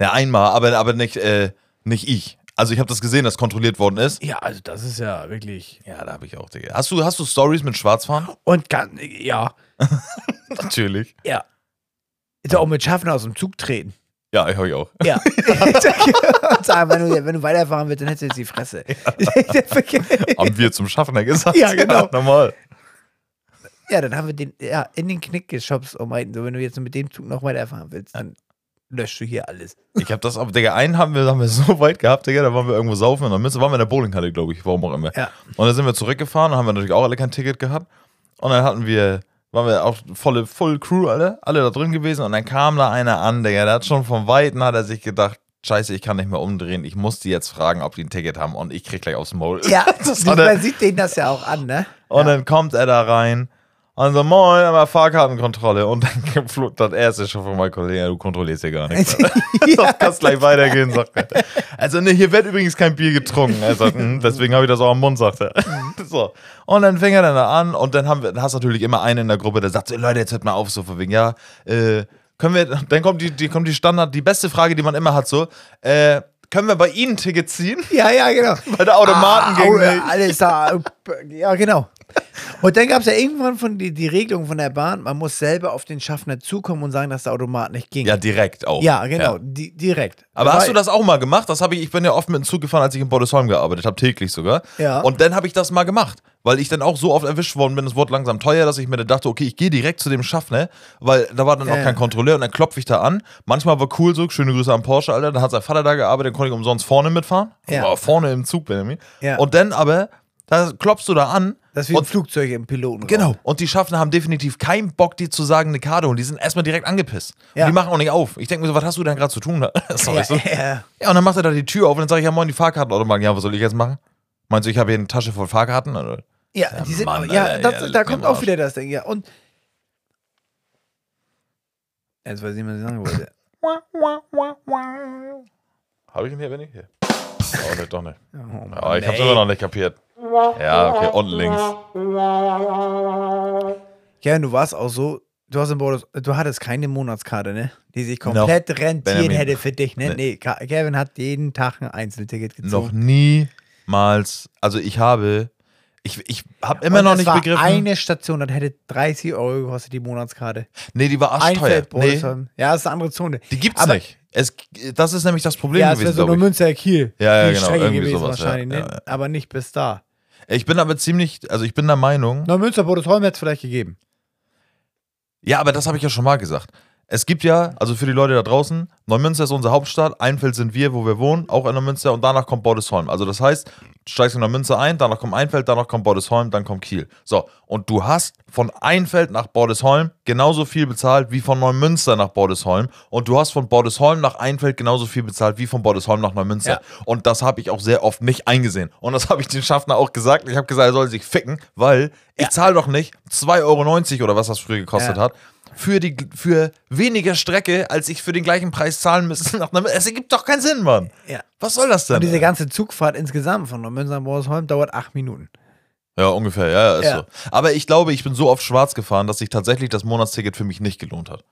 Ja, einmal, aber, aber nicht, äh, nicht ich. Also ich habe das gesehen, dass kontrolliert worden ist. Ja, also das ist ja wirklich. Ja, da habe ich auch, Digga. Hast du, hast du Stories mit Schwarzfahren? Und kann, ja, Natürlich. ja. Ist ja auch mit Schaffen aus dem Zug treten. Ja, ich habe ich auch. Ja. [laughs] Und sagen, wenn du, wenn du weiterfahren willst, dann hättest du jetzt die Fresse. Haben wir zum Schaffner gesagt. [laughs] Ja, genau. [laughs] normal. [laughs] ja, dann haben wir den ja, in den Knick geschubst und meinten, so, wenn du jetzt mit dem Zug noch weiterfahren willst, dann löschst du hier alles. Ich habe das, aber, Digga, einen haben wir, haben wir so [laughs] weit gehabt, Digga, da waren wir irgendwo saufen und dann waren wir in der Bowlinghalle, glaube ich, warum auch immer. Ja. Und dann sind wir zurückgefahren und haben wir natürlich auch alle kein Ticket gehabt. Und dann hatten wir, waren wir auch volle, voll Crew alle, alle da drin gewesen. Und dann kam da einer an, Digga, der hat schon von Weitem hat er sich gedacht, scheiße, ich kann nicht mehr umdrehen, ich muss die jetzt fragen, ob die ein Ticket haben und ich krieg gleich aufs Maul. [laughs] Ja, [laughs] das war man der, sieht denen das ja auch an, ne? und dann kommt er da rein und so, moin, aber Fahrkartenkontrolle. Und dann [laughs] flog das erste schon von meinem Kollegen, ja, du kontrollierst hier gar [laughs] nichts. Das kannst gleich weitergehen, sagt er. Also, ne, hier wird übrigens kein Bier getrunken. Er sagt, "Hm, deswegen habe ich das auch am Mund, sagt er. [laughs] So. Und dann fing er dann da an und dann haben wir, dann hast du natürlich immer einen in der Gruppe, der sagt, so, Leute, jetzt hört mal auf, so von wegen, ja, äh, können wir, dann kommt die, die, kommt die Standard, die beste Frage, die man immer hat, so, äh, können wir bei Ihnen ein Ticket ziehen? [laughs] [laughs] Ja, ja, genau. Bei der Automaten Au, gegen äh, alles da. Ja, genau. Und dann gab es ja irgendwann von die, die Regelung von der Bahn, man muss selber auf den Schaffner zukommen und sagen, dass der Automat nicht ging. Ja, direkt auch. Ja, genau, Di direkt. Aber hast du das das auch mal gemacht? Das habe ich, ich bin ja oft mit dem Zug gefahren, als ich in Bordesholm gearbeitet habe, täglich sogar. Ja. Und dann habe ich das mal gemacht, weil ich dann auch so oft erwischt worden bin, es wurde langsam teuer, dass ich mir dann dachte, okay, ich gehe direkt zu dem Schaffner, weil da war dann auch Ja. kein Kontrolleur und dann klopfe ich da an. Manchmal war cool so, schöne Grüße an Porsche, Alter, dann hat sein Vater da gearbeitet, dann konnte ich umsonst vorne mitfahren. Ja. War vorne im Zug, Benjamin. Ja. Und dann aber, Da klopfst du da an. Das ist wie ein und- Flugzeug im Piloten. Genau. Und die Schaffner haben definitiv keinen Bock, dir zu sagen, eine Karte. Und die sind erstmal direkt angepisst. Ja. Und die machen auch nicht auf. Ich denke mir so, was hast du denn gerade zu tun? [laughs] Sorry, Ja, so. ja. Ja, und dann macht er da die Tür auf und dann sage ich, ja moin, die Fahrkartenautomaten. Ja, was soll ich jetzt machen? Meinst du, ich habe hier eine Tasche voll Fahrkarten? Äh, Oder? Ja, Ja, die sind, Mann, ja, Alter, ja, das, leck da mir kommt am auch Arsch. wieder das Ding, ja. Und. Jetzt weiß ich nicht, was ich sagen wollte. Habe ich ihn hier, wenn ich hier? Oh, nee, doch nicht. Oh, Mann, Ja, ich habe es ey. immer noch nicht kapiert. Ja, okay, unten links. Ja, und du warst auch so, du hast im Bordos, du hattest keine Monatskarte, ne? Die sich komplett rentiert Benjamin. hätte für dich, ne? Nee. Nee, Ka- Kevin hat jeden Tag ein Einzelticket Noch gezogen. niemals. Also ich habe, ich, ich habe immer Und noch das nicht war begriffen. Eine Station, das hätte 30 Euro gekostet, die Monatskarte. nee, die war arschteuer. Einfeld, Nee, Bordesholm. Ja, das ist eine andere Zone. die gibt's Aber- nicht. Es, das ist nämlich das Problem Ja, es wäre gewesen, so glaube nur ich. Münster Kiel. Ja, ja, Die genau, Strecke irgendwie gewesen sowas, ja, wahrscheinlich, ja, ne? ja. Aber nicht bis da. Ich bin aber ziemlich, also ich bin der Meinung, Na, Münster Bordesholm hätte es vielleicht gegeben. Ja, aber das habe ich ja schon mal gesagt. Es gibt ja, also für die Leute da draußen, Neumünster ist unsere Hauptstadt, Einfeld sind wir, wo wir wohnen, auch in Neumünster und danach kommt Bordesholm. Also das heißt, du steigst in Neumünster ein, danach kommt Einfeld, danach kommt Bordesholm, dann kommt Kiel. So, und du hast von Einfeld nach Bordesholm genauso viel bezahlt wie von Neumünster nach Bordesholm und du hast von Bordesholm nach Einfeld genauso viel bezahlt wie von Bordesholm nach Neumünster. Ja. Und das habe ich auch sehr oft nicht eingesehen. Und das [laughs] habe ich den Schaffner auch gesagt. Ich habe gesagt, er soll sich ficken, weil ich zahle doch nicht 2,90 Euro oder was das früher gekostet Ja. hat. Für, die, für weniger Strecke, als ich für den gleichen Preis zahlen müsste. [laughs] nach Neumünster. Es ergibt doch keinen Sinn, Mann. Ja. Was soll das denn? Und diese ganze Zugfahrt insgesamt von Neumünster nach Bordesholm dauert acht Minuten. ja, ungefähr. Ja, ja, ist Ja. so. Aber ich glaube, ich bin so oft schwarz gefahren, dass sich tatsächlich das Monatsticket für mich nicht gelohnt hat.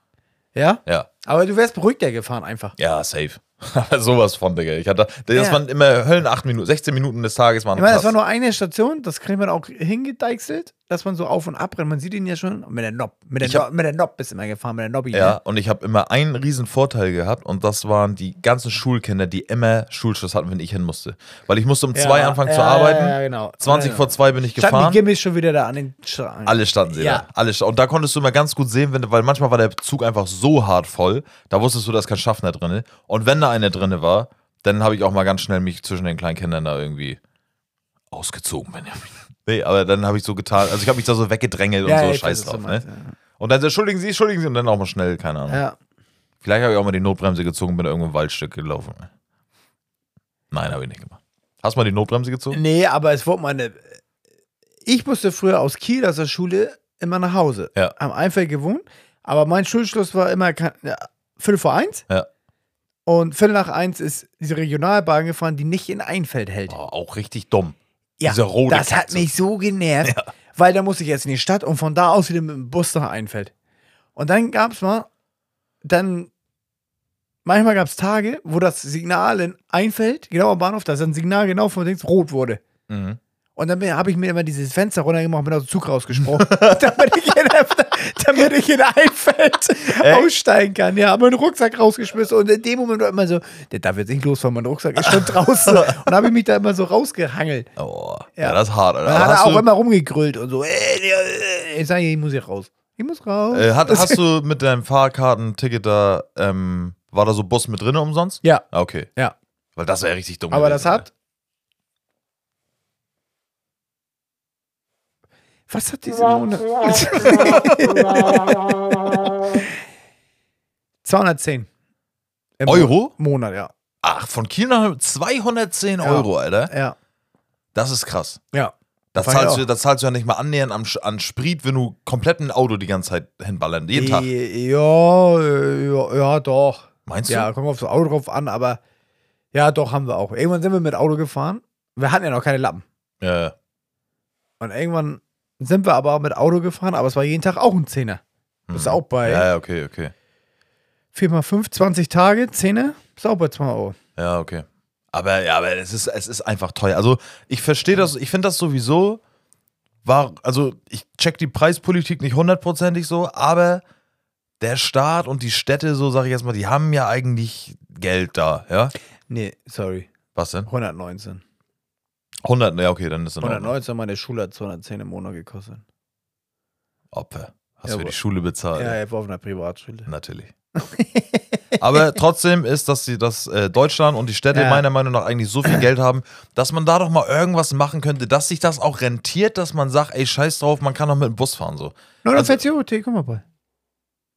Ja? Ja. Aber du wärst beruhigter gefahren einfach. Ja, safe. [laughs] Sowas von, Digga. Ich hatte, das Ja. waren immer Höllen 8 Minuten, 16 Minuten des Tages waren Ich meine, das krass. war nur eine Station, das kriegt man auch hingedeichselt, dass man so auf und ab rennt. Man sieht ihn ja schon mit der Nob. Mit der, Ich hab- Nob, mit der Nob bist du immer gefahren, mit der Nobby. Ja, Ne? und ich habe immer einen riesen Vorteil gehabt und das waren die ganzen Schulkinder, die immer Schulschluss hatten, wenn ich hin musste. Weil ich musste ne? um zwei anfangen zu ja, arbeiten. Ja, ja, genau. 20 ja, vor zwei bin ich Standen die gefahren. Gimmis schon wieder da an den Strang. Alle standen sie Ja. da. Alle sta- und da konntest du immer ganz gut sehen, wenn, weil manchmal war der Zug einfach so hart voll, da wusstest du, da ist kein Schaffner drin. Und wenn da einer drin war, dann habe ich auch mal ganz schnell mich zwischen den kleinen Kindern da irgendwie ausgezogen, Benjamin. [laughs] Nee, aber dann habe ich so getan, also ich habe mich da so weggedrängelt und Ja, so, ja, ich scheiß weiß, was du drauf. Ne? meinst, Und dann so, entschuldigen Sie, entschuldigen Sie und dann auch mal schnell, keine Ahnung. Ja. ja. Vielleicht habe ich auch mal die Notbremse gezogen und bin irgendwo im Waldstück gelaufen. Nein, habe ich nicht gemacht. Hast du mal die Notbremse gezogen? Nee, aber es wurde mal eine. Ich musste früher aus Kiel aus der Schule immer nach Hause. Ja. Am Einfeld gewohnt. Aber mein Schulschluss war immer kein- ja, Viertel vor eins. Ja. Und Viertel nach eins ist diese Regionalbahn gefahren, die nicht in Einfeld hält. Oh, auch richtig dumm. ja, diese rote das hat Oh, Katze. mich so genervt, weil da musste ich jetzt in die Stadt und von da aus wieder mit dem Bus nach Einfeld. Und dann gab es mal, dann, manchmal gab es Tage, wo das Signal in Einfeld, genau am Bahnhof, dass ein Signal genau von links rot wurde. Mhm. Und dann habe ich mir immer dieses Fenster runtergemacht und bin aus dem Zug rausgesprungen, [laughs] damit ich in, damit ich in Einfeld aussteigen kann. Ja, habe meinen Rucksack rausgeschmissen und in dem Moment war immer so, der darf jetzt nicht losfahren, mein Rucksack ist schon draußen. und habe ich mich da immer so rausgehangelt. Oh, ja. Ja. das ist hart. Alter. Dann Aber hat hast er auch du, immer rumgegrölt und so, äh, äh, äh. ich sage, ich muss hier raus. Ich muss raus. äh, hat, hast [laughs] du mit deinem Fahrkartenticket da, ähm, war da so Bus mit drin umsonst? ja, Ah, Okay, ja. weil das wäre richtig dumm. Aber das gewesen, ne? hat. Was hat diese Mona? [laughs] 210. ey. Im Euro? Monat, ja. Ach, von Kiel nach 210 Ja. Euro, Alter. Ja. Das ist krass. Ja. Das Fand ich zahlst, du, auch. das zahlst du ja nicht mal annähernd am, Sch- an Sprit, wenn du komplett ein Auto die ganze Zeit hinballern. Jeden Tag. Ja, ja, ja, doch. Meinst Ja, du? kommt aufs Auto drauf an, aber ja, doch, haben wir auch. Irgendwann sind wir mit Auto gefahren. Wir hatten ja noch keine Lappen. Ja. ja. Und irgendwann sind wir aber mit Auto gefahren, aber es war jeden Tag auch ein Zehner. Bist du Mhm. auch bei Ja, ja, okay, okay. 4 mal 5, 20 Tage, Zehner, bist du auch bei 2 Euro. Ja, okay. Aber ja, aber es ist, es ist einfach teuer. Also ich verstehe das, ich finde das sowieso, war, also ich check die Preispolitik nicht hundertprozentig so, aber der Staat und die Städte, so sage ich jetzt mal, die haben ja eigentlich Geld da, ja? Nee, sorry, Was denn? 119. 100, ja, okay, dann ist es in Ordnung. 119, meine Schule hat 210 im Monat gekostet. Opfer. Hast Ja, du für aber- die Schule bezahlt? Also Ja, ich war auf einer Privatschule. Natürlich. Aber trotzdem ist, dass sie das äh, Deutschland und die Städte Ja. meiner Meinung nach eigentlich so viel Geld haben, dass man da doch mal irgendwas machen könnte, dass sich das auch rentiert, dass man sagt, ey, scheiß drauf, man kann doch mit dem Bus fahren so. 49 Euro Tee, guck mal, Paul.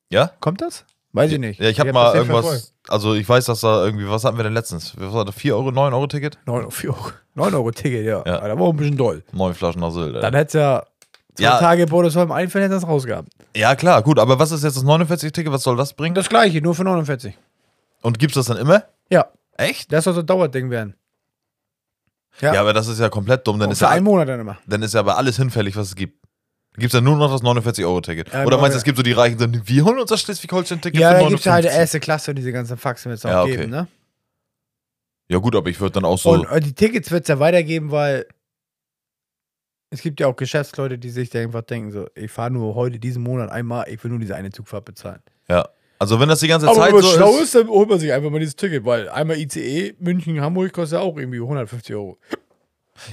Ja? Kommt das? Weiß ich nicht. Ja, ich habe hab mal das nicht irgendwas, verfolgt. also ich weiß, dass da irgendwie, was hatten wir denn letztens? Was war das 4 Euro, 9 Euro Ticket? 9 Euro, 4 Euro. 9 Euro Ticket, ja. Ja. ja. Da war auch ein bisschen doll. Neun Flaschen nach Sylt. Dann Ey. hätte ja zwei Ja. Tage Bordesholm einfällt, hätte das rausgehabt. Ja klar, gut, aber was ist jetzt das 49-Ticket, was soll das bringen? Das gleiche, nur für 49. Und gibt's das dann immer? Ja, Echt? das soll so ein Dauerding werden. Ja. Ja. aber das ist ja komplett dumm, dann Und ist für ja, einen Monat dann immer. dann ist ja aber alles hinfällig, was es gibt. Gibt's dann nur noch das 49-Euro-Ticket? Ja, Oder meinst du, genau. es gibt so die Reichen, die sagen, wir holen uns das Schleswig-Holstein-Ticket Ja, für da gibt es halt 59. erste Klasse und diese ganzen Faxen wird es auch Ja, okay. geben, ne? Ja gut, aber ich würde dann auch so. Und äh, die Tickets wird es ja weitergeben, weil es gibt ja auch Geschäftsleute, die sich da einfach denken, so, ich fahre nur heute diesen Monat einmal, ich will nur diese eine Zugfahrt bezahlen. ja. Also wenn das die ganze Zeit so ist, dann holt man sich einfach mal dieses Ticket, weil einmal ICE München, Hamburg kostet ja auch irgendwie 150 Euro.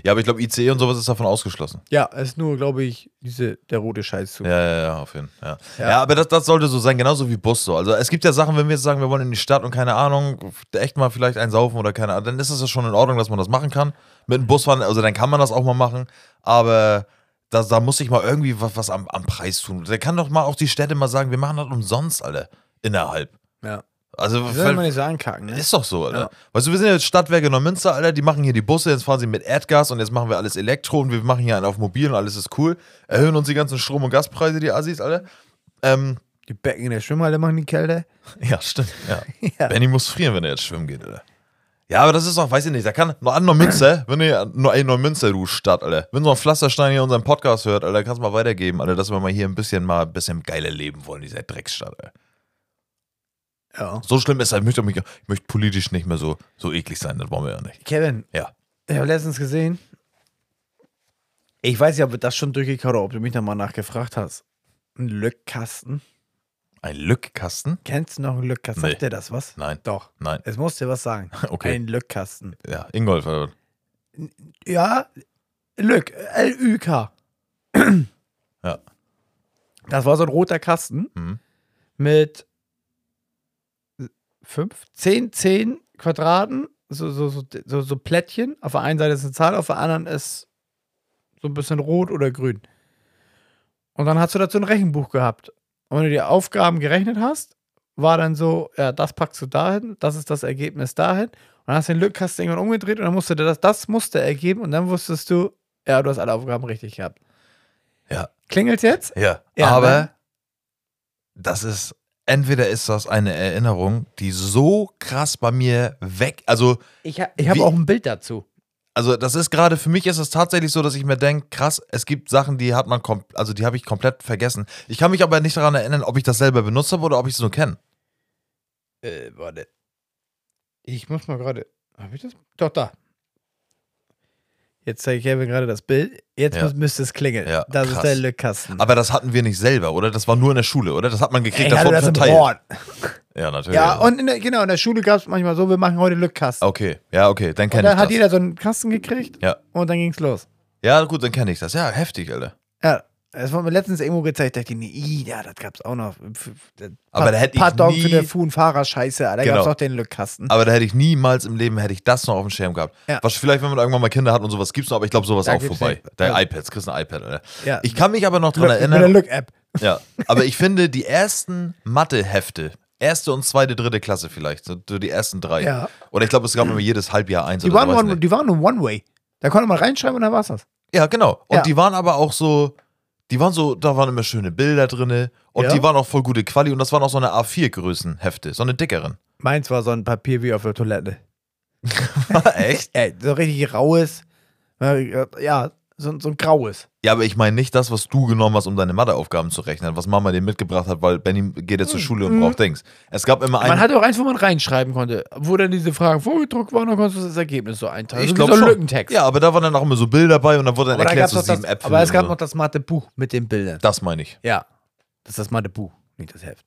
Ja, aber ich glaube, ICE E und sowas ist davon ausgeschlossen. Ja, es ist nur, glaube ich, diese, der rote Scheißzug. Ja, ja, ja, auf jeden Fall. Ja. Ja. Ja. aber das, das sollte so sein, genauso wie Bus so. Also es gibt ja Sachen, wenn wir jetzt sagen, wir wollen in die Stadt und keine Ahnung, echt mal vielleicht einen saufen oder keine Ahnung, dann ist es ja schon in Ordnung, dass man das machen kann. Mit dem Bus fahren, also dann kann man das auch mal machen, aber da, da muss ich mal irgendwie was, was am, am Preis tun. Da kann doch mal auch die Städte mal sagen, wir machen das umsonst, alle. Innerhalb. Ja. Also, Das weil- soll man nicht so ankacken, ne? Ist doch so, Alter. Ja. Weißt du, wir sind jetzt Stadtwerke Neumünster, Alter, die machen hier die Busse, jetzt fahren sie mit Erdgas und jetzt machen wir alles Elektro und wir machen hier einen auf Mobil und alles ist cool. Erhöhen uns die ganzen Strom- und Gaspreise, die Assis, Alter. Ähm, [laughs] Die Becken in der Schwimmhalle machen die Kälte. [laughs] ja, stimmt. Ja. Ja. Benny muss frieren, wenn er jetzt schwimmen geht, Alter. Ja, aber das ist doch, weiß ich nicht, da kann nur an [clears throat] Neumünster, wenn ihr nur ein Neumünster, du Stadt, Alter. Wenn so ein Pflasterstein hier unseren Podcast hört, Alter, kannst du mal weitergeben, Alter, dass wir mal hier ein bisschen mal ein bisschen geiler leben wollen, dieser Drecksstadt, Alter. Ja. So schlimm ist das, ich möchte, mich- ich möchte politisch nicht mehr so, so eklig sein, das wollen wir ja nicht. Kevin, Ja. ich habe letztens gesehen. Ich weiß ja, ob wir das schon durchgekaut haben, ob du mich nochmal nachgefragt hast. Ein Lückkasten. Ein Lückkasten? Kennst du noch einen Lückkasten? Nee. Sagt dir das was? Nein. Doch. Nein. [laughs] Es muss dir was sagen. Okay. Ein Lückkasten. Ja, Ingolf. äh, Ja, Lück. [clears throat] L-Ü-K. Ja. Das war so ein roter Kasten Mhm. mit fünf, zehn, zehn Quadraten, so, so, so, so, so Plättchen. Auf der einen Seite ist eine Zahl, auf der anderen ist so ein bisschen rot oder grün. Und dann hast du dazu ein Rechenbuch gehabt. Und wenn du die Aufgaben gerechnet hast, war dann so, ja, das packst du dahin, das ist das Ergebnis dahin. Und dann hast du den Lückkasten irgendwann umgedreht und dann musste das, das musste ergeben und dann wusstest du, ja, du hast alle Aufgaben richtig gehabt. Ja. Klingelt jetzt? Ja. Ja, Aber ne? das ist, entweder ist das eine Erinnerung, die so krass bei mir weg, also, Ich, ha- ich habe Wie- auch ein Bild dazu. also das ist gerade, für mich ist es tatsächlich so, dass ich mir denke, krass, es gibt Sachen, die hat man, kom- also die habe ich komplett vergessen. Ich kann mich aber nicht daran erinnern, ob ich das selber benutzt habe oder ob ich es nur kenne. Äh, warte. Ich muss mal gerade. Habe ich das? Doch, da. Jetzt zeige ich Kevin gerade das Bild. Jetzt Ja. muss, müsste es klingeln. Ja, das krass. ist der Lückkasten. Aber das hatten wir nicht selber, oder? Das war nur in der Schule, oder? Das hat man gekriegt, ich hatte wurde das im verteilt. Board. Ja, natürlich. Ja, also. und in der, genau, in der Schule gab es manchmal so, wir machen heute Lückkasten. Okay, ja, okay, dann und kenne ich dann hat das. jeder so einen Kasten gekriegt Ja. und dann ging's los. ja, gut, dann kenne ich das. Ja, heftig, Alter. Ja, es wurde mir letztens irgendwo gezeigt, dachte ich, nee, i, ja, das gab's auch noch. F- f- Aber da hätte ich Pardon nie- für den Fuhren Fahrerscheiße, da Genau. gab's auch den Lückkasten. Aber da hätte ich niemals im Leben hätte ich das noch auf dem Schirm gehabt. Ja. Was vielleicht, wenn man irgendwann mal Kinder hat und sowas gibt's noch, aber ich glaube, sowas Da auch gibt's vorbei. nicht. Dein Ja. iPads, kriegst ein iPad, Alter. Ja. Ich kann mich aber noch dran Lück- mit der erinnern. Lück-App. Ja. Aber ich finde, die ersten Mathehefte, erste und zweite, dritte Klasse vielleicht, so die ersten drei. Ja. Oder ich glaube, es gab immer jedes Halbjahr eins Die oder waren, so, weiß one, nicht. die waren nur One-Way. Da konnte man reinschreiben und da war's das. Ja, genau. Und Ja. die waren aber auch so, die waren so, da waren immer schöne Bilder drin und Ja. die waren auch voll gute Quali und das waren auch so eine A4-Größenhefte, so eine dickeren. Meins war so ein Papier wie auf der Toilette. [laughs] Echt? Ey, so richtig raues. äh, Ja, so, so ein graues. Ja, aber ich meine nicht das, was du genommen hast, um deine Matheaufgaben zu rechnen, was Mama dir mitgebracht hat, weil Benny geht jetzt zur Schule und braucht Dings. Es gab immer Hm, Man einen. hatte auch eins, wo man reinschreiben konnte, wo dann diese Fragen vorgedruckt waren, dann konntest du das Ergebnis so einteilen. ich so wie glaub so ein schon. Lückentext. Ja, aber da waren dann auch immer so Bilder bei und dann wurde dann aber, da erklärt, gab's so noch das, sieben Äpfel. aber es gab und noch so. das Mathebuch mit den Bildern. Das meine ich. Ja. Das ist das Mathebuch, nicht das Heft.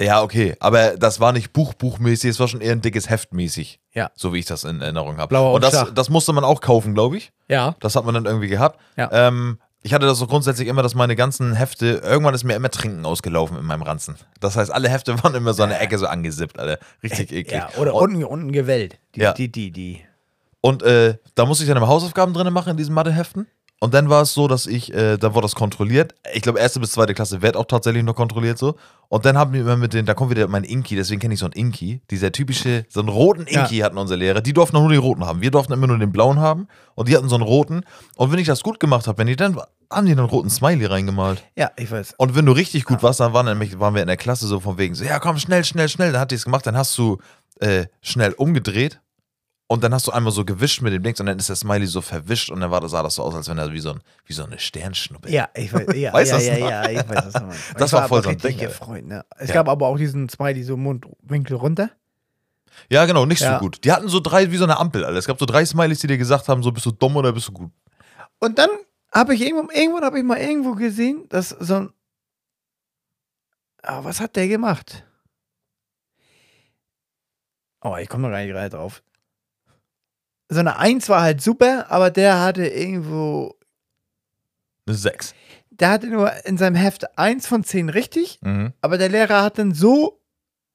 Ja, okay. Aber das war nicht buchbuchmäßig, es war schon eher ein dickes Heftmäßig. Ja. So wie ich das in Erinnerung habe. Blauer Und das, Umschlag. das musste man auch kaufen, glaube ich. Ja. Das hat man dann irgendwie gehabt. Ja. Ähm, Ich hatte das so grundsätzlich immer, dass meine ganzen Hefte, irgendwann ist mir immer Trinken ausgelaufen in meinem Ranzen. Das heißt, alle Hefte [laughs] waren immer so eine Ecke so angesippt, alle. Richtig eklig. Ja, oder und unten, unten gewellt. Die, Ja. die, die, die. und äh, da musste ich dann immer Hausaufgaben drin machen in diesen Matheheften. Und dann war es so, dass ich, äh, da wurde das kontrolliert. Ich glaube, erste bis zweite Klasse wird auch tatsächlich noch kontrolliert so. Und dann haben wir immer mit den, da kommt wieder mein Inki, deswegen kenne ich so einen Inki. Dieser typische, so einen roten Ja. Inki hatten unsere Lehrer. Die durften nur den roten haben. Wir durften immer nur den blauen haben. Und die hatten so einen roten. Und wenn ich das gut gemacht habe, wenn die dann, haben die einen roten Smiley reingemalt. Ja, ich weiß. Und wenn du richtig gut warst, dann waren, nämlich, waren wir in der Klasse so von wegen, so, ja komm, schnell, schnell, schnell. Dann hat die es gemacht, dann hast du äh, schnell umgedreht und dann hast du einmal so gewischt mit dem Dings und dann ist der Smiley so verwischt und dann war das, sah das so aus, als wenn er wie so, ein, wie so eine Sternschnuppe. Ja, ich [laughs] weiß. Ja, Weißt ja, das ja, noch? ja, ich weiß [laughs] das noch. Ich Das war aber voll so ein richtig Ding, Alter. gefreut, ne? Es Ja. gab aber auch diesen Smiley so Mundwinkel runter. Ja, genau, nicht Ja. so gut. Die hatten so drei, wie so eine Ampel, alle. Es gab so drei Smileys, die dir gesagt haben, so bist du dumm oder bist du gut. Und dann habe ich irgendwann, irgendwann habe ich mal irgendwo gesehen, dass so ein. Ah, was hat der gemacht? Oh, ich komme noch gar nicht gerade drauf. So eine 1 war halt super, aber der hatte irgendwo. Eine Sechs. Der hatte nur in seinem Heft 1 von 10 richtig, Mhm. aber der Lehrer hat dann so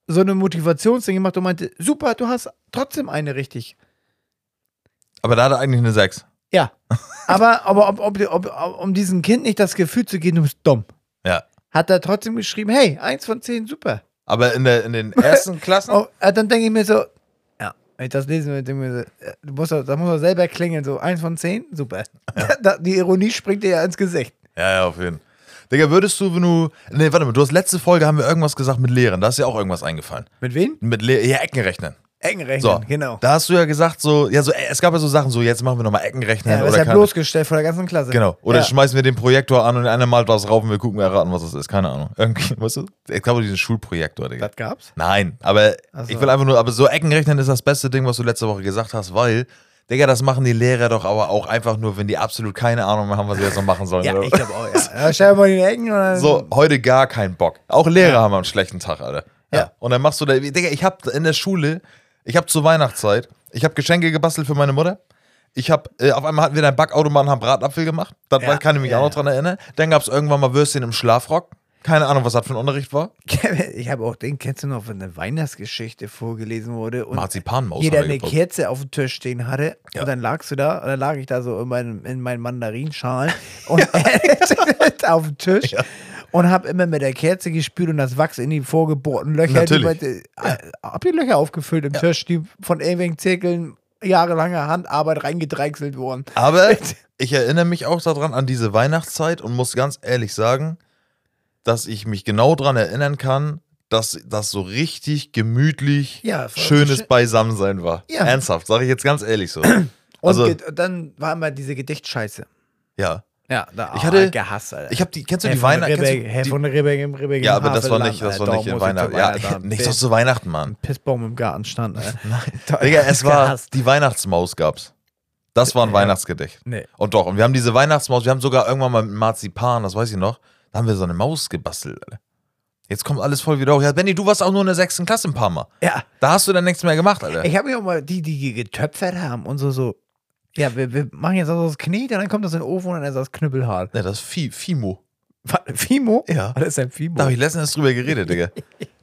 so eine Motivationsding gemacht und meinte, super, du hast trotzdem eine richtig. Aber da hat er eigentlich eine Sechs. [laughs] Ja. Aber, aber ob, ob, ob, ob, um diesem Kind nicht das Gefühl zu geben, du bist dumm. Ja. Hat er trotzdem geschrieben, hey, eins von zehn, super. Aber in, der, in [laughs] den ersten Klassen. Oh, äh, dann denke ich mir so, ja, wenn ich das lesen würde, denke ich mir so, äh, du musst, doch- da muss er selber klingeln, so eins von zehn, super. [laughs] Da, die Ironie springt dir ja ins Gesicht. Ja, ja, auf jeden Fall. Digga, würdest du, wenn du. Nee, warte mal, du hast letzte Folge haben wir irgendwas gesagt mit Lehrern. Da ist ja auch irgendwas eingefallen. Mit wem? Mit Le ja, Eckenrechnern. Engrechnen, So, genau. Da hast du ja gesagt, so, ja, so, äh, es gab ja so Sachen, so, jetzt machen wir nochmal Eckenrechnen ja, das ist oder ja keine, bloßgestellt vor der ganzen Klasse. Genau. Oder ja. schmeißen wir den Projektor an und einer malt was rauf und wir gucken, erraten, was das ist. Keine Ahnung. [laughs] Irgendwie, weißt du? Es gab doch diesen Schulprojektor, Digga. Das gab's? Nein, aber Ach so. ich will einfach nur, aber so Eckenrechnen ist das beste Ding, was du letzte Woche gesagt hast, weil, Digga, das machen die Lehrer doch aber auch einfach nur, wenn die absolut keine Ahnung mehr haben, was sie jetzt noch machen sollen. Ja, oder? ich glaube auch, ja. ja. Stell mal die Ecken oder So, heute gar keinen Bock. Auch Lehrer haben einen schlechten Tag, Alter. Ja. Ja. Und dann machst du da, Digga, ich hab in der Schule, ich hab zur Weihnachtszeit, ich hab Geschenke gebastelt für meine Mutter. Ich hab, äh, auf einmal hatten wir dann Backautomaten, haben Bratapfel gemacht. Da Ja, kann ich mich ja, auch noch ja. dran erinnern. Dann gab's irgendwann mal Würstchen im Schlafrock. Keine Ahnung, was das für ein Unterricht war. [laughs] Ich habe auch den, kennst du noch, wenn eine Weihnachtsgeschichte vorgelesen wurde und Marzipanmaus. jeder hat er eine gebaut. Kerze auf dem Tisch stehen hatte Ja. und dann lagst du da, oder lag ich da so in meinen, in [laughs] meinen Mandarinschalen und [laughs] auf dem Tisch und hab immer mit der Kerze gespült und das Wachs in die vorgebohrten Löcher. Natürlich. Die, äh, Hab die Löcher aufgefüllt im Tisch, die von irgendwelchen Zirkeln jahrelanger Handarbeit reingedrechselt wurden. [laughs] Aber ich erinnere mich auch daran an diese Weihnachtszeit und muss ganz ehrlich sagen, dass ich mich genau daran erinnern kann, dass das so richtig gemütlich Ja, voll schönes schön. Beisammensein war. Ja. Ernsthaft, sage ich jetzt ganz ehrlich [clears throat] so. Und Also- ge- und dann war immer diese Gedichtscheiße. ja. oh, Ja, da Ich hatte- gehasst, Alter. Ich habe die, kennst du Hey, die von der Weihnachten? Rebecca- hey, von der Rebecca im Rebecca Ja, im aber das war Havelland, nicht, das Alter. war Da nicht in muss ich Weihnachten. zur Ja, [laughs] Weihnachten. nicht doch zu Weihnachten, Mann. Pissbaum im Garten stand. ne? [laughs] Alter. Digga, es war Gehasst. die Weihnachtsmaus gab's. Das war ein Weihnachtsgedicht. Nee. Und doch, und wir haben diese Weihnachtsmaus, wir haben sogar irgendwann mal mit Marzipan, das weiß ich noch, da haben wir so eine Maus gebastelt. Alter. Jetzt kommt alles voll wieder hoch. Ja, Benny, du warst auch nur in der sechsten Klasse ein paar Mal. Ja, Da hast du dann nichts mehr gemacht, Alter. ich habe mir auch mal die, die getöpfert haben und so, so. Ja, wir, wir machen jetzt also das Knie, dann kommt das in den Ofen und dann ist das Knüppelhart. ne, das ist Fi- Fimo. Was, Fimo? Ja. Was ist denn Fimo? Da habe ich letztens erst drüber geredet, Digga.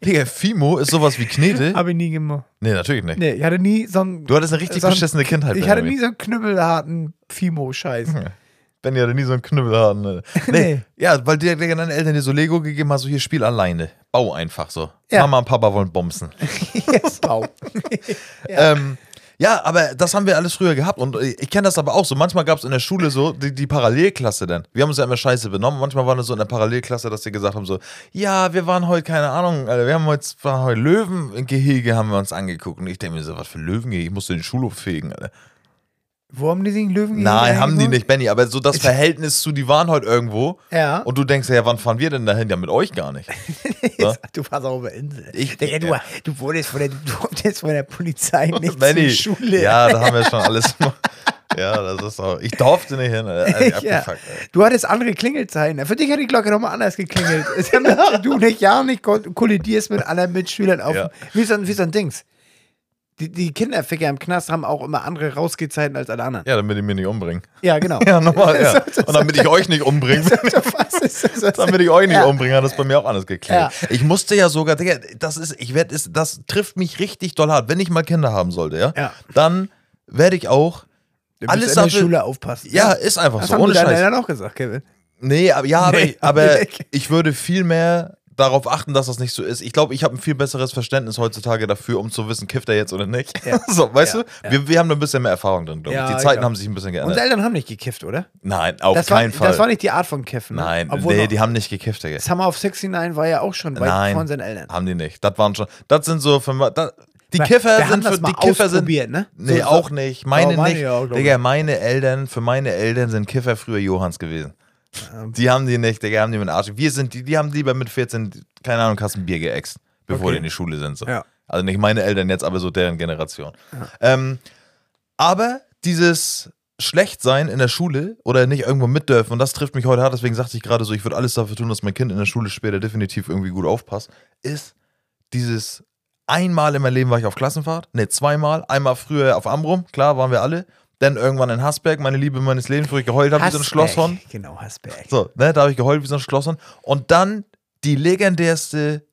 Digga, Fimo ist sowas wie Knete. Hab ich nie gemacht. Nee, natürlich nicht. Nee, ich hatte nie so einen. Du hattest eine richtig So ein- beschissene Kindheit, ich hatte Benjamin. Mhm. nie so einen knüppelharten Fimo-Scheiß. Benny hatte nie so einen Knüppelhaaren. [laughs] Ne? Nee. Nee. Ja, weil dir Digga, deine Eltern dir so Lego gegeben haben, so hier Spiel alleine. Bau einfach so. Ja. Mama und Papa wollen bomsen. [laughs] Yes, [laughs] wow. Ja. Ähm, ja, aber das haben wir alles früher gehabt und äh, ich kenne das aber auch so. Manchmal gab es in der Schule so die, die Parallelklasse dann. Wir haben uns ja immer scheiße benommen. Manchmal waren es so in der Parallelklasse, dass sie gesagt haben so, ja, wir waren heute, keine Ahnung, Alter, wir haben heute, waren heute Löwengehege haben wir uns angeguckt. Und ich denke mir so, was für Löwengehege? Ich musste den Schulhof fegen, Alter. Wo haben die sich einen Löwen Nein, haben die gemacht? nicht, Benny. Aber so das Verhältnis zu, die waren heute irgendwo. Ja. Und du denkst ja, wann fahren wir denn dahin? Ja, mit euch gar nicht. Ja? Du warst auch auf der Insel. Ne? Ich- äh, Digga, du, du wurdest von der, du durftest von [laughs] der Polizei [laughs] nicht Benny, zur Schule. Ja, da haben wir schon alles. [laughs] ja, das ist auch. Ich durfte nicht hin. Alter, [laughs] Ja. abgefuckt, Alter. Du hattest andere Klingelzeiten. Für dich hat die Glocke nochmal [laughs] anders geklingelt. Damit du nicht ja nicht kon- kollidierst mit anderen Mitschülern auf Ja. wie, so ein, wie so ein Dings. Die, die Kinderficker im Knast haben auch immer andere Rausgehzeiten als alle anderen. Ja, damit ich mich nicht umbringe. Ja, genau. [laughs] [laughs] Ja, nochmal, ja. So, so, Und damit ich euch nicht umbringe. Was ist das? Was [laughs] Damit ich euch nicht Ja. umbringe, hat das bei mir auch anders geklärt. Ich musste ja sogar, Digga, das ist, ich werde, das trifft mich richtig doll hart. Wenn ich mal Kinder haben sollte, ja, Ja. dann werde ich auch, Du Alles alles in der dafür- Schule aufpassen. ja, ist einfach das so, haben ohne die Scheiß. dann auch gesagt, Kevin. Nee, aber, ja, aber, Nee, ich, [laughs] aber weg. ich würde viel mehr darauf achten, dass das nicht so ist. Ich glaube, ich habe ein viel besseres Verständnis heutzutage dafür, um zu wissen, kifft er jetzt oder nicht. Ja. [laughs] So, weißt Ja, du? ja. Wir, wir haben da ein bisschen mehr Erfahrung drin, glaube ich. Ja, Die ich Zeiten glaub. haben sich ein bisschen geändert. Unsere Eltern haben nicht gekifft, oder? Nein, auf das keinen war, Fall. Das war nicht die Art von Kiffen. Ne? Nein, Obwohl nee, noch- die haben nicht gekifft, Digga. Summer of 69 war ja auch schon weit Nein. von seinen Eltern. Haben die nicht. Das waren schon. Das sind so für, das, die Wir- Kiffer wir haben sind das für mal die Kiffer sind. ausprobiert, ne? Nee, So- so- auch nicht. Meine, Aber meine nicht. ja auch, glaub Digga, meine Eltern, für meine Eltern sind Kiffer früher Johanns gewesen. Ähm. Die haben die nicht, Digga, haben die mit Arsch. Wir sind die, die haben lieber mit 14, keine Ahnung, hast ein Bier geäxt, bevor Okay. die in die Schule sind. So. Ja. Also nicht meine Eltern jetzt, aber so deren Generation. Ähm, aber dieses Schlechtsein in der Schule oder nicht irgendwo mit dürfen, und das trifft mich heute hart, deswegen sagte ich gerade so, ich würde alles dafür tun, dass mein Kind in der Schule später definitiv irgendwie gut aufpasst, ist dieses einmal in meinem Leben war ich auf Klassenfahrt, ne, zweimal, einmal früher auf Amrum, klar, waren wir alle, dann irgendwann in Hasberg, meine Liebe meines Lebens, wo ich geheult habe wie so ein Hasberg. Schlosshorn. Genau, Hasberg. So, ne, da habe ich geheult wie so ein Schlosshorn. Und dann die legendärste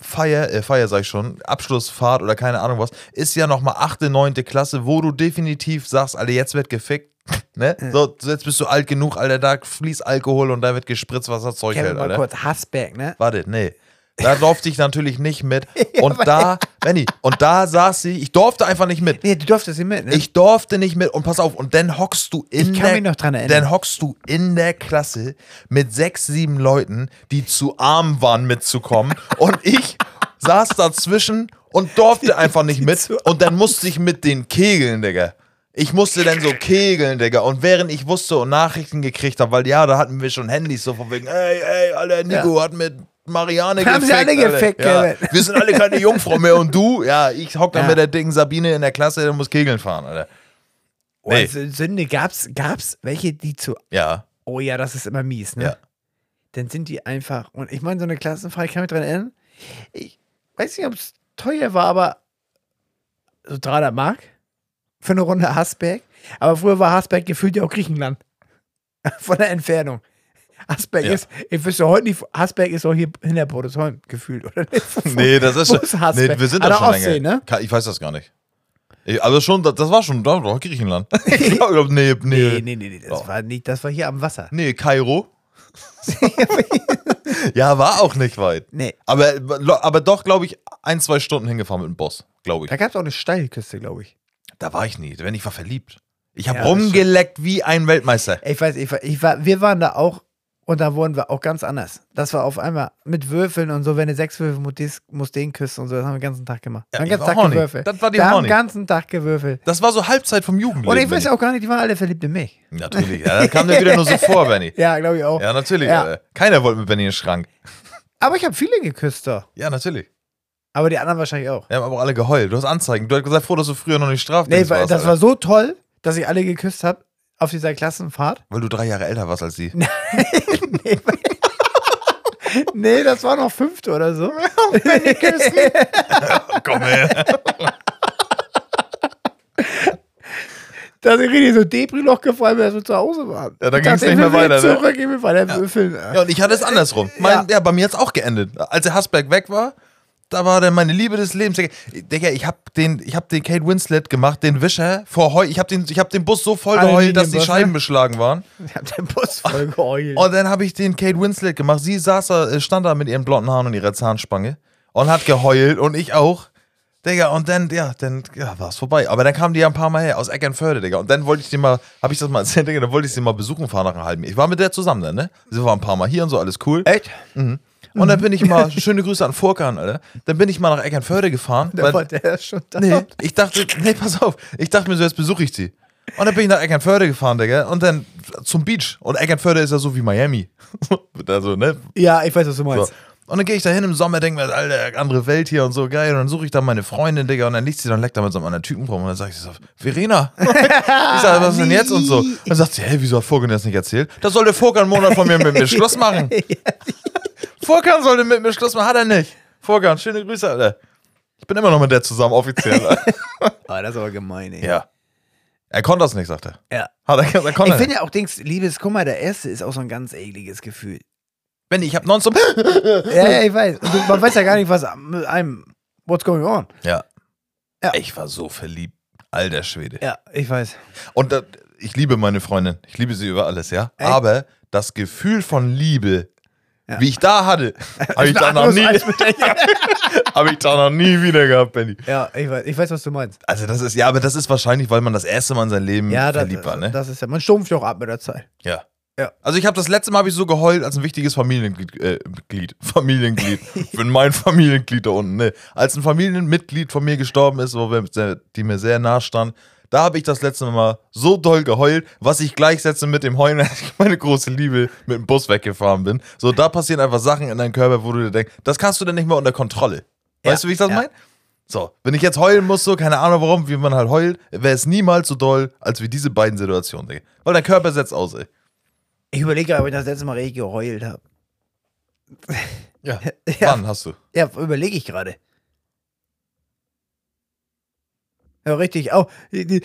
Feier, äh, Feier sag ich schon, Abschlussfahrt oder keine Ahnung was, ist ja nochmal 8., 9. Klasse, wo du definitiv sagst, Alter, jetzt wird gefickt. [laughs] Ne? So, jetzt bist du alt genug, Alter, da fließt Alkohol und da wird gespritzt, was das Zeug Kevin, hält, mal Alter. kurz, Hasberg, ne? Warte, nee. Da durfte ich natürlich nicht [laughs] mit. Und da, Benny, und da saß ich, ich durfte einfach nicht mit. Nee, du durftest nicht mit, ne? Ich durfte nicht mit und pass auf, und dann hockst du in Ich kann der, mich noch dran erinnern. Dann hockst du in der Klasse mit sechs, sieben Leuten, die zu arm waren [laughs] mitzukommen und ich saß dazwischen und durfte einfach nicht mit und dann musste ich mit den Kegeln, Digga. Ich musste dann so kegeln, Digga. Und während ich wusste und Nachrichten gekriegt habe, weil ja, da hatten wir schon Handys so von wegen, ey, ey, Alter, Nico hat mit Marianne Haben sie gefickt. alle gefickt, Alter. Ja. Kevin. Wir sind alle keine Jungfrau mehr und du, ja, ich hock dann Ja. mit der dicken Sabine in der Klasse, der muss Kegeln fahren, Alter. oh, nee. also, Sünde gab's, gab's welche, die zu. Ja. Oh ja, das ist immer mies, ne? Ja. Dann sind die einfach. Und ich meine, so eine Klassenfahrt, ich kann mich dran erinnern. Ich weiß nicht, ob es teuer war, aber so 300 Mark für eine Runde Hasberg. Aber früher war Hasberg gefühlt ja auch Griechenland. [laughs] Von der Entfernung. Hasberg Ja. ist, ich wüsste heute nicht, Hasberg ist auch hier hinter Brodesholm [laughs] gefühlt, oder? Nee, das ist schon. Wo ist Hasberg? Nee, wir sind An da der schon Ostsee, länger. ne? Ka- Ich weiß das gar nicht. Ich, also schon, das, das war schon, da war Griechenland. [laughs] ich glaube, nee, nee. Nee, nee, nee, nee, das Oh. war nicht, das war hier am Wasser. Nee, Kairo. [laughs] ja, war auch nicht weit. Nee. Aber, aber doch, glaube ich, ein, zwei Stunden hingefahren mit dem Boss, glaube ich. Da gab es auch eine Steilküste, glaube ich. Da war ich nie, wenn ich war verliebt. Ich habe Ja, das rumgeleckt wie ein Weltmeister. Ich weiß, ich war, ich war, wir waren da auch und da wurden wir auch ganz anders. Das war auf einmal mit Würfeln und so, wenn du sechs Würfel musst, dies- musst den küssen und so, das haben wir den ganzen Tag gemacht. Ja, Wir haben ich den ganzen war Tag horny. gewürfelt. Das war die wir haben horny. den ganzen Tag gewürfelt. Das war so Halbzeit vom Jugendleben. Und ich weiß Benni. ja auch gar nicht, die waren alle verliebt in mich. Natürlich, ja, das kam mir wieder nur so vor, Benny. Ja, glaube ich [laughs] auch. Ja, natürlich. Ja. Alter. Keiner wollte mit Benny in den Schrank. Aber ich habe viele geküsst da. Ja, natürlich. Aber die anderen wahrscheinlich auch. Wir haben aber auch alle geheult. Du hast Anzeigen. Du hast gesagt, froh, dass du früher noch nicht straftätig Nee, weil, warst. das Alter. war so toll, dass ich alle geküsst habe auf dieser Klassenfahrt. [laughs] Weil du drei Jahre älter warst als sie. Nee, das war noch fünfte oder so. Komm her. dass ich richtig so Debri-Loch gefallen bin, dass wir zu Hause waren. Ja, da Ich ging's dachte, nicht ich mehr will wieder weiter, ne? Zurück, ich will weiter würfeln. ne? Ja, und ich hatte es andersrum. Mein, ja. bei mir hat es auch geendet. Als der Hasberg weg war, da war dann meine Liebe des Lebens. Digga, Digga, ich hab den, ich hab den Kate Winslet gemacht, den Wischer, vor Heu. Ich hab den, ich hab den Bus so voll Alle geheult, dass die Linienbusse. Scheiben beschlagen waren. Ich hab den Bus voll geheult. Und dann habe ich den Kate Winslet gemacht. Sie saß da, äh, stand da mit ihren blonden Haaren und ihrer Zahnspange und hat geheult und ich auch. Digga, und dann, ja, dann ja, war es vorbei. Aber dann kamen die ja ein paar Mal her aus Eckernförde, Digga. Und dann wollte ich die mal, habe ich das mal erzählt, Digga, dann wollte ich sie mal besuchen fahren nach einem halben Jahr. Ich war mit der zusammen dann, ne? Sie war ein paar Mal hier und so, alles cool. Echt? Und dann bin ich mal, schöne Grüße an Vorkan, Alter. Dann bin ich mal nach Eckernförde gefahren. Da weil- war der schon da. Nee, ich dachte, nee, pass auf. Ich dachte mir so, jetzt besuche ich die. Und dann bin ich nach Eckernförde gefahren, Digga. Und dann zum Beach. Und Eckernförde ist ja so wie Miami. [laughs] also, ne? Ja, ich weiß, was So. du meinst. Und dann gehe ich da hin im Sommer, denke mir, Alter, andere Welt hier und so, geil. Und dann suche ich da meine Freundin, Digga. Und dann liegt sie dann leckt da mit so einem anderen Typen rum. Und dann sage ich so, Verena. [laughs] ich sage, was ist denn jetzt und so. Und dann sagt sie, hey, wieso hat Vorgan das nicht erzählt? Das sollte Vorgan einen Monat von mir mit mir Schluss machen. Vorgan sollte mit mir Schluss machen, hat er nicht. Vorgan, schöne Grüße, Alter. Ich bin immer noch mit der zusammen, offiziell. Ah, das ist aber gemein, ey. ja. Er konnte das nicht, sagt er. Ja. Hat er gesagt, er konnte Ich das nicht. finde ja auch, Dings, liebes Kummer, der erste ist auch so ein ganz ekliges Gefühl. Benni, ich hab nonstop. [laughs] Ja, ja, ich weiß. Und du- Man weiß ja gar nicht, was am- mit einem. What's going on? ja. Ja. Ich war so verliebt. Alter Schwede. Ja, ich weiß. Und da, ich liebe meine Freundin. Ich liebe sie über alles, ja. Echt? Aber das Gefühl von Liebe, Ja. wie ich da [laughs] hatte, habe ich, da noch Anderes nie- als mit der- [laughs] hab ich da noch nie wieder gehabt, Benni. ja, ich weiß, ich weiß, was du meinst. Also das ist, ja, aber das ist wahrscheinlich, weil man das erste Mal in seinem Leben Ja, das, verliebt war, ne? das ist ja. Man stumpft ja auch ab mit der Zeit. ja. Ja. Also ich habe das letzte Mal habe ich so geheult als ein wichtiges Familienglied, äh, Glied, [laughs] Familienglied. Wenn mein Familienglied da unten, ne? Als ein Familienmitglied von mir gestorben ist, wo wir, sehr- die mir sehr nah stand, da habe ich das letzte Mal so doll geheult, was ich gleichsetze mit dem Heulen, [laughs] als ich meine große Liebe mit dem Bus weggefahren bin. So, da passieren einfach Sachen in deinem Körper, wo du dir denkst, das kannst du denn nicht mehr unter Kontrolle. Weißt du, wie ich das ja. meine? So, wenn ich jetzt heulen muss, so, keine Ahnung warum, wie man halt heult, wäre es niemals so doll, als wie diese beiden Situationen, Digga. Weil dein Körper setzt aus, ey. Ich überlege, ob ich das letzte Mal richtig geheult habe. Ja. [laughs] Ja. Wann hast du? Ja, überlege ich gerade. Ja, richtig. Auch. die- die-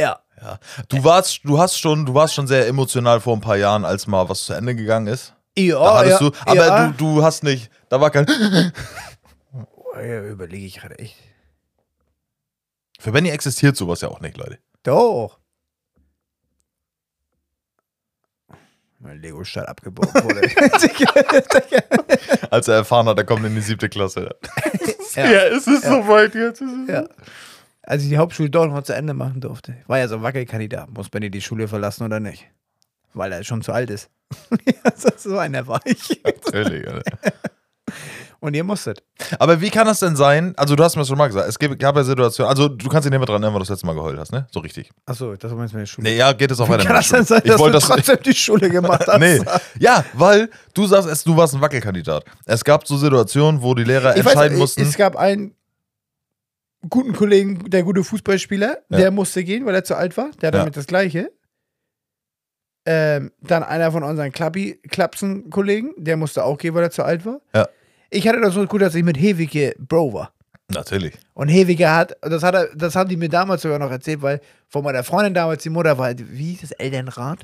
Ja, Ja. Du warst, du hast schon, du warst schon sehr emotional vor ein paar Jahren, als mal was zu Ende gegangen ist. ja. Da hattest Oh, ja, du, aber ja. du, du hast nicht, da war kein. [gasps] Oh, ja, überlege ich gerade echt. Für Benny existiert sowas ja auch nicht, Leute. Doch. Mein Lego-Stadt abgebaut [laughs] wurde. Als er erfahren hat, er kommt in die siebte [laughs] Klasse. Ja. es ist soweit jetzt. es ist- Ja. Als ich die Hauptschule doch noch zu Ende machen durfte. Ich War ja so ein Wackelkandidat. Muss Benny die Schule verlassen oder nicht? Weil er schon zu alt ist. [laughs] Ja, so- so einer war ich. Natürlich, Alter. Und ihr musstet. Aber wie kann das denn sein? Also, du hast mir das schon mal gesagt. Es gab gab ja Situationen. Also, du kannst dich nicht mehr dran erinnern, wann du das letzte Mal geheult hast, ne? So richtig. Achso, das war jetzt meine Schule. [laughs] Nee, ja, geht es auch weiter. Kann mit das der denn Schule. sein, dass ich wollte du das. trotzdem die Schule [laughs] gemacht hast? Nee. Ja, weil du sagst, es- du warst ein Wackelkandidat. Es gab so Situationen, wo die Lehrer Ich weiß, entscheiden es- mussten. es gab einen guten Kollegen, der gute Fußballspieler, Ja. der musste gehen, weil er zu alt war. Der hat Ja. damit das Gleiche. Ähm, dann einer von unseren Klappi Klapsen-Kollegen, der musste auch gehen, weil er zu alt war. Ja. Ich hatte das so gut, dass ich mit Hewige Bro war. Natürlich. Und Hewige hat, das, hat er, das haben die mir damals sogar noch erzählt, weil von meiner Freundin damals, die Mutter war halt, wie hieß das, Elternrat?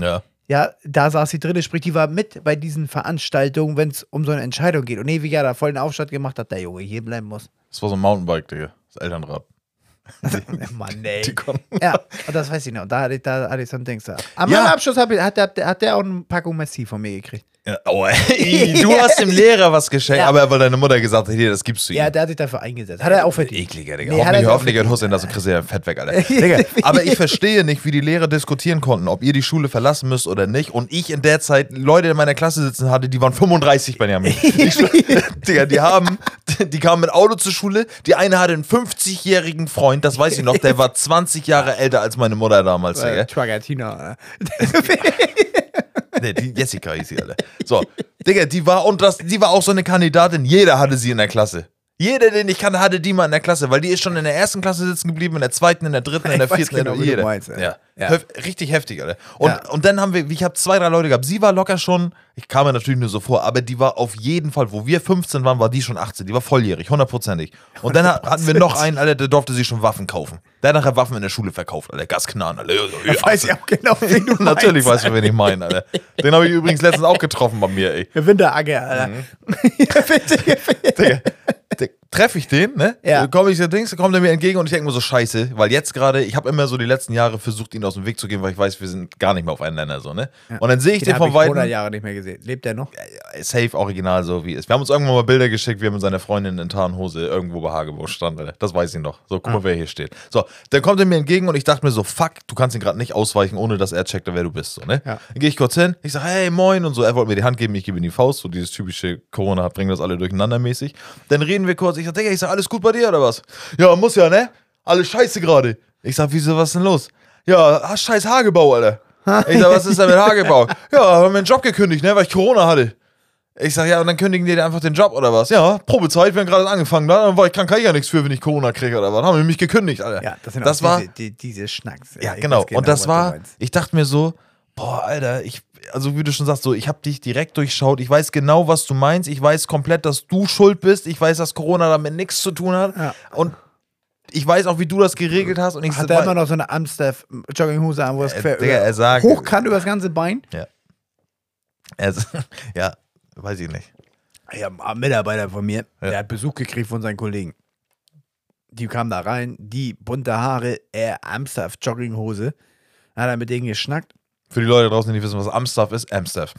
Ja. Ja, da saß sie drin, sprich, die war mit bei diesen Veranstaltungen, wenn es um so eine Entscheidung geht. Und Hewige hat da voll den Aufstand gemacht, dass der Junge hier [laughs] bleiben muss. Das war so ein Mountainbike, Digga. Das Elternrad. [laughs] Mann, ey. Die konnten. Ja, und das weiß ich noch. Da hatte ich, da hatte ich so ein Dings da. Am Ja. ja. Abschluss hab ich, hat, der, hat der auch eine Packung Messi von mir gekriegt. Ja, oh, [laughs] ey, du hast dem Lehrer was geschenkt, Ja. aber weil deine Mutter gesagt hat, hier, das gibst du ihm. Ja, der hat sich dafür eingesetzt. Hat er auch verdient. Ekliger, Digga. Nee, hat er hoffentlich sich hoffentlich hört Hussein das und kriegst du ja Fett [laughs] weg, Alter. Digga, aber ich verstehe nicht, wie die Lehrer diskutieren konnten, ob ihr die Schule verlassen müsst oder nicht. Und ich in der Zeit Leute in meiner Klasse sitzen hatte, die waren 35, Benjamin. [laughs] Ich, [laughs] Digga, die haben, die kamen mit Auto zur Schule. Die eine hatte einen 50-jährigen Freund, das weiß ich noch, der war 20 Jahre älter als meine Mutter damals, Äh, Digga. Tragatina. Nee, die Jessica hieß sie alle. So, Digga, die war und das, die war auch so eine Kandidatin. Jeder hatte sie in der Klasse. Jeder, den ich kannte, hatte die mal in der Klasse, weil die ist schon in der ersten Klasse sitzen geblieben, in der zweiten, in der dritten, in der Ich weiß vierten, genau, in wie der du jeder. meinst, ey. ja. Ja. Höf- Richtig heftig, Alter. Und, Ja. und dann haben wir, ich habe zwei, drei Leute gehabt. Sie war locker schon, ich kam mir natürlich nur so vor, aber die war auf jeden Fall, wo wir 15 waren, war die schon 18. Die war volljährig, hundertprozentig. Und dann ha- hatten wir noch einen, Alter, der durfte sich schon Waffen kaufen. Der hat nachher Waffen in der Schule verkauft, Alter. Gasknarren, Alter. Ich weiß ja auch genau, [laughs] wen du also- [laughs] Natürlich meinst. weißt du, wen ich meine, Alter. Den habe ich übrigens letztens auch getroffen bei mir, ey. Der Winteragge, Alter. Mhm. [laughs] Digga. Digga, Treffe ich den, ne? Ja. Komme ich so Dings, kommt er mir entgegen und ich denke mir so, scheiße, weil jetzt gerade, ich habe immer so die letzten Jahre versucht, ihn aus dem Weg zu gehen, weil ich weiß, wir sind gar nicht mehr aufeinander so, ne? Und dann sehe ich den, Den hab von ich 100 Weitem, Jahre nicht mehr gesehen. Lebt der noch? safe original so wie ist. Wir haben uns irgendwann mal Bilder geschickt, wir haben mit seiner Freundin in Tarnhose irgendwo bei Hagebusch stand, Alter. Das weiß ich noch. So, guck mal, wer hier steht. So, dann kommt er mir entgegen und ich dachte mir so, fuck, du kannst ihn gerade nicht ausweichen, ohne dass er checkt, wer du bist, so, ne? Ja. Dann gehe ich kurz hin, ich sage, hey, moin und so. Er wollte mir die Hand geben, ich gebe ihm die Faust, so dieses typische Corona hat, bringen das alle durcheinander mäßig. Dann reden wir kurz, ich sage, Digga, ich sage, alles gut bei dir oder was? Ja, muss ja, ne? Alles scheiße gerade. Ich sage, wieso, was ist denn los? Ja, ah, scheiß Hagebau, Alter. Ich sage, was ist denn mit Hagebau? Ja, haben mir einen Job gekündigt, ne, weil ich Corona hatte. Ich sage, ja, und dann kündigen die dir einfach den Job oder was? Ja, Probezeit, wir haben gerade angefangen, ne? dann war ich krank, kann ich ja nichts für, wenn ich Corona kriege oder was. Haben die mich gekündigt, Alter. Ja, das sind auch war diese, die, diese Schnacks. ja, ich genau. weiß Und das was du war, meinst. ich dachte mir so, boah, Alter, ich, also wie du schon sagst, so, ich habe dich direkt durchschaut. Ich weiß genau, was du meinst. Ich weiß komplett, dass du schuld bist. Ich weiß, dass Corona damit nichts zu tun hat. Ja. Und ich weiß auch, wie du das geregelt hast. Und ich Hat er immer noch so eine Amstaff Jogginghose an, wo das Äh, quer Digga, er sagt- hochkant über das ganze Bein? Er ist- [laughs] ja, weiß ich nicht. Ich habe einen Mitarbeiter von mir, Ja. der hat Besuch gekriegt von seinen Kollegen. Die kamen da rein, die bunte Haare, er Amstaff Jogginghose. Dann hat er mit denen geschnackt. [laughs] Für die Leute draußen, die nicht wissen, was Amstaff ist, Amstaff.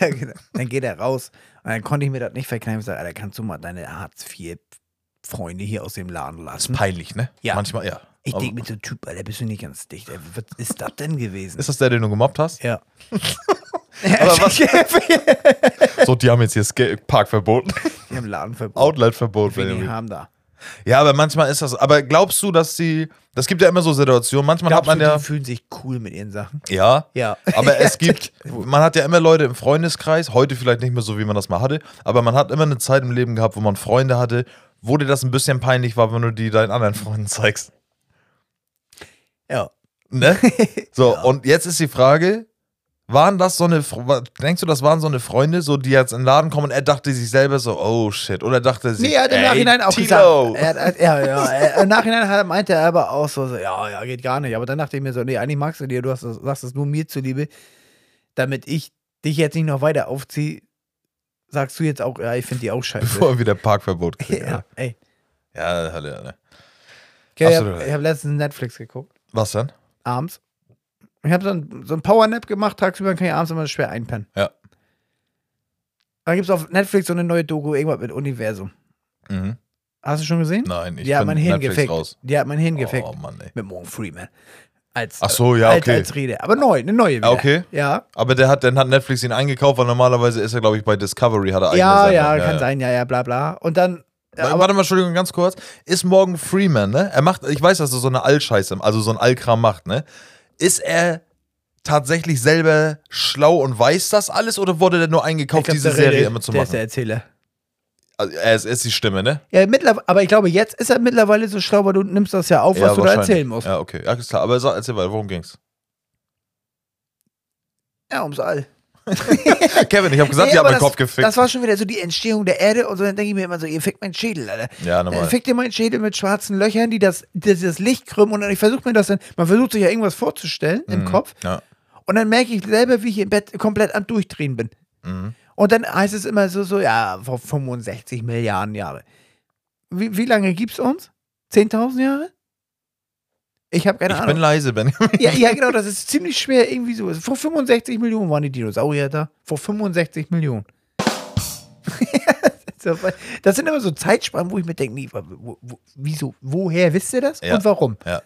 ja, genau. Dann geht er raus und dann konnte ich mir das nicht verkneifen. Ich sage, Alter, kannst du mal deine Hartz-IV-Freunde hier aus dem Laden lassen? Peinlich, ne? Ja. Manchmal, ja. Ich Aber- denke mir so, Typ, Alter, bist du nicht ganz dicht. Ey, was ist das denn gewesen? Ist das der, den du gemobbt hast? [laughs] ja. Aber [laughs] So, die haben jetzt hier Sk- Parkverbot, [laughs] Im Ladenverbot. Outletverbot. Wegen den Baby. Haaren da. Ja, aber manchmal ist das. Aber glaubst du, dass sie. Das gibt ja immer so Situationen. Manchmal Glaubst hat du, man ja. die fühlen sich cool mit ihren Sachen? Ja. Ja. [laughs] Aber es gibt, man hat ja immer Leute im Freundeskreis, heute vielleicht nicht mehr so, wie man das mal hatte, aber man hat immer eine Zeit im Leben gehabt, wo man Freunde hatte, wo dir das ein bisschen peinlich war, wenn du die deinen anderen Freunden zeigst. Ja. [laughs] Ne? So, und jetzt ist die Frage, waren das so eine, Fr- wa- denkst du, das waren so eine Freunde, so die jetzt in den Laden kommen und er dachte sich selber so, oh shit, oder dachte sich, Nee, er hat im ey, Nachhinein auch Tilo. [laughs] gesagt. äh, Er hat, er- ja, ja. Er, Im Nachhinein hat, meinte er aber auch so, so, ja, ja, geht gar nicht. Aber dann dachte ich mir so, nee, eigentlich magst du dir, du hast, das- sagst es nur mir zuliebe, damit ich dich jetzt nicht noch weiter aufziehe, sagst du jetzt auch, ja, ich finde die auch scheiße. Bevor er wieder Parkverbot kriegt. [laughs] ja, ey. Ja, Hölle, ja, ne. Okay, ich Absolut. habe hab letztens Netflix geguckt, Was denn? abends. Ich habe so ein, so ein Powernap gemacht, tagsüber kann ich abends immer schwer einpennen. Ja. Da gibt es auf Netflix so eine neue Doku, irgendwas mit Universum. Mhm. Hast du schon gesehen? Nein, ich die hat bin mein Hirn Netflix gefickt. raus. Die hat mein Hirn gefickt. Oh Mann, ey. Mit Morgan Freeman. Als, Ach so, ja, als, okay. als Rede. Aber neu, eine neue wieder. Ah, okay. Ja, Aber der hat, dann hat Netflix ihn eingekauft, weil normalerweise ist er, glaube ich, bei Discovery hat er eigene ja, Sendung. ja, kann sein, ja, ja, bla, bla. Und dann, Wa- aber Warte mal, Entschuldigung, ganz kurz. Ist Morgan Freeman, ne? Er macht, ich weiß, dass er so eine Allscheiße, also so ein Allkram macht, ne? Ist er tatsächlich selber schlau und weiß das alles oder wurde der nur ich eingekauft, glaub, diese der Serie redet, immer zu der ist der machen? Erzähler. Also, er ist, er ist die Stimme, ne? Ja, mittlerweile, aber ich glaube, jetzt ist er mittlerweile so schlau, weil du nimmst das ja auf, ja, was du da wahrscheinlich. erzählen musst. Ja, Ja, okay. Ja, ist klar. Aber sag, erzähl weiter, worum ging's? ums All. [laughs] Kevin, ich habe gesagt, Nee, die hat aber meinen das- Kopf gefickt. Das war schon wieder so die Entstehung der Erde und so. Dann denke ich mir immer so, ihr fickt meinen Schädel, Alter. Ja, normal. Dann fickt ihr meinen Schädel mit schwarzen Löchern, die das, das, das Licht krümmen. Und ich versuche mir das dann, man versucht sich ja irgendwas vorzustellen im Kopf. Mhm. Ja. Und dann merke ich selber, wie ich im Bett komplett am Durchdrehen bin. Mhm. Und dann heißt es immer so, so ja, vor 65 Milliarden Jahre. Wie, wie lange gibt es uns? 10.000 Jahre? Ich habe keine Ich bin Ahnung. leise, Benjamin. Ja, ja, genau, das ist ziemlich schwer irgendwie so. Vor 65 Millionen waren die Dinosaurier da. Vor 65 Millionen. [laughs] So, weil- das sind immer so Zeitspannen, wo ich mir denke, nee, wo, wo, wieso, woher wisst ihr das Ja. und warum? Ja.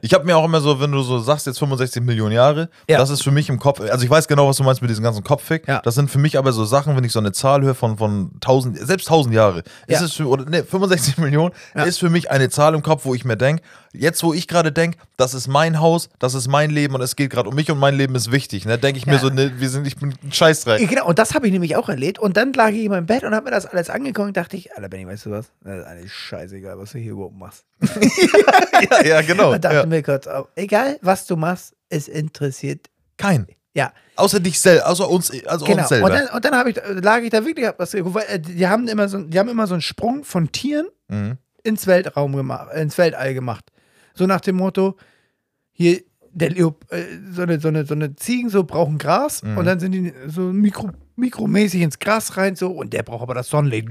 Ich habe mir auch immer so, wenn du so sagst, jetzt 65 Millionen Jahre, Ja. das ist für mich im Kopf, also ich weiß genau, was du meinst mit diesem ganzen Kopffick. Ja. Das sind für mich aber so Sachen, wenn ich so eine Zahl höre von, von 1000, selbst 1000 Jahre, Ja. ist es für, oder ne, 65 [laughs] Millionen Ja. ist für mich eine Zahl im Kopf, wo ich mir denke, jetzt wo ich gerade denke, das ist mein Haus, das ist mein Leben und es geht gerade um mich und mein Leben ist wichtig, ne, denke ich mir Ja. so, ne, wir sind, ich bin ein Scheißdreck. [laughs] Ja, Genau, und das habe ich nämlich auch erlebt. Und dann lag ich in meinem Bett und habe mir das alles angeguckt und dachte ich, Alter Benny, weißt du was? Das ist alles scheißegal, was du hier überhaupt machst. ja, ja, genau. Und dachte Ja. mir kurz, oh, egal was du machst, es interessiert. Kein. Ja, Außer dich selbst, außer uns, also genau. uns Und selber. dann, und dann hab ich, lag ich da wirklich, hab das geguckt, weil äh, die haben immer so, die haben immer so einen Sprung von Tieren mhm. ins Weltraum gemacht, ins Weltall gemacht. So nach dem Motto, hier der Leop äh, so eine so eine so eine Ziegen so brauchen Gras Mhm. und dann sind die so mikro mikromäßig ins Gras rein so und der braucht aber das Sonnenlicht.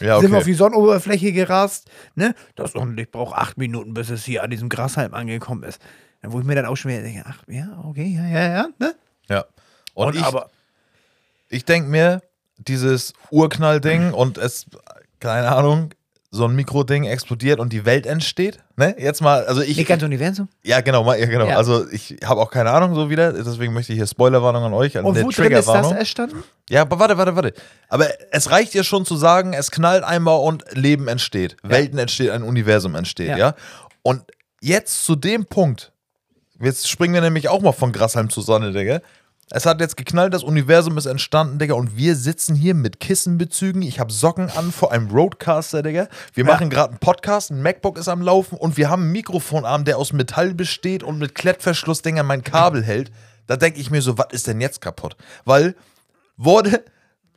Ja, Sind okay. wir auf die Sonnenoberfläche gerast, ne? Das Sonnenlicht braucht acht Minuten, bis es hier an diesem Grashalm angekommen ist. Dann wo ich mir dann auch schon wieder denke, ach ja, okay, ja, ja, ja, ne? Ja. Und, ich, aber ich denke mir, dieses [clears throat] Urknallding und es, keine Ahnung, so ein Mikroding explodiert und die Welt entsteht. Ne? Jetzt mal, also ich. nicht ganz Universum. ja, genau, mal, ja, genau. Ja. Also ich habe auch keine Ahnung so wieder, deswegen möchte ich hier Spoilerwarnung an euch, also Und eine wo drin ist das äh, Triggerwarnung. erstanden? Ja, aber warte, warte, warte. Aber es reicht ja schon zu sagen, es knallt einmal und Leben entsteht. Welten entsteht, ein Universum entsteht, ja. Ja. Und jetzt zu dem Punkt, jetzt springen wir nämlich auch mal von Grashalm zur Sonne, Digga. Es hat jetzt geknallt, das Universum ist entstanden, Digga, und wir sitzen hier mit Kissenbezügen. Ich habe Socken an vor einem Roadcaster, Digga. Wir machen gerade einen Podcast, ein MacBook ist am Laufen und wir haben einen Mikrofonarm, der aus Metall besteht und mit Klettverschluss, Digga, mein Kabel hält. Da denke ich mir so, was ist denn jetzt kaputt? Weil wurde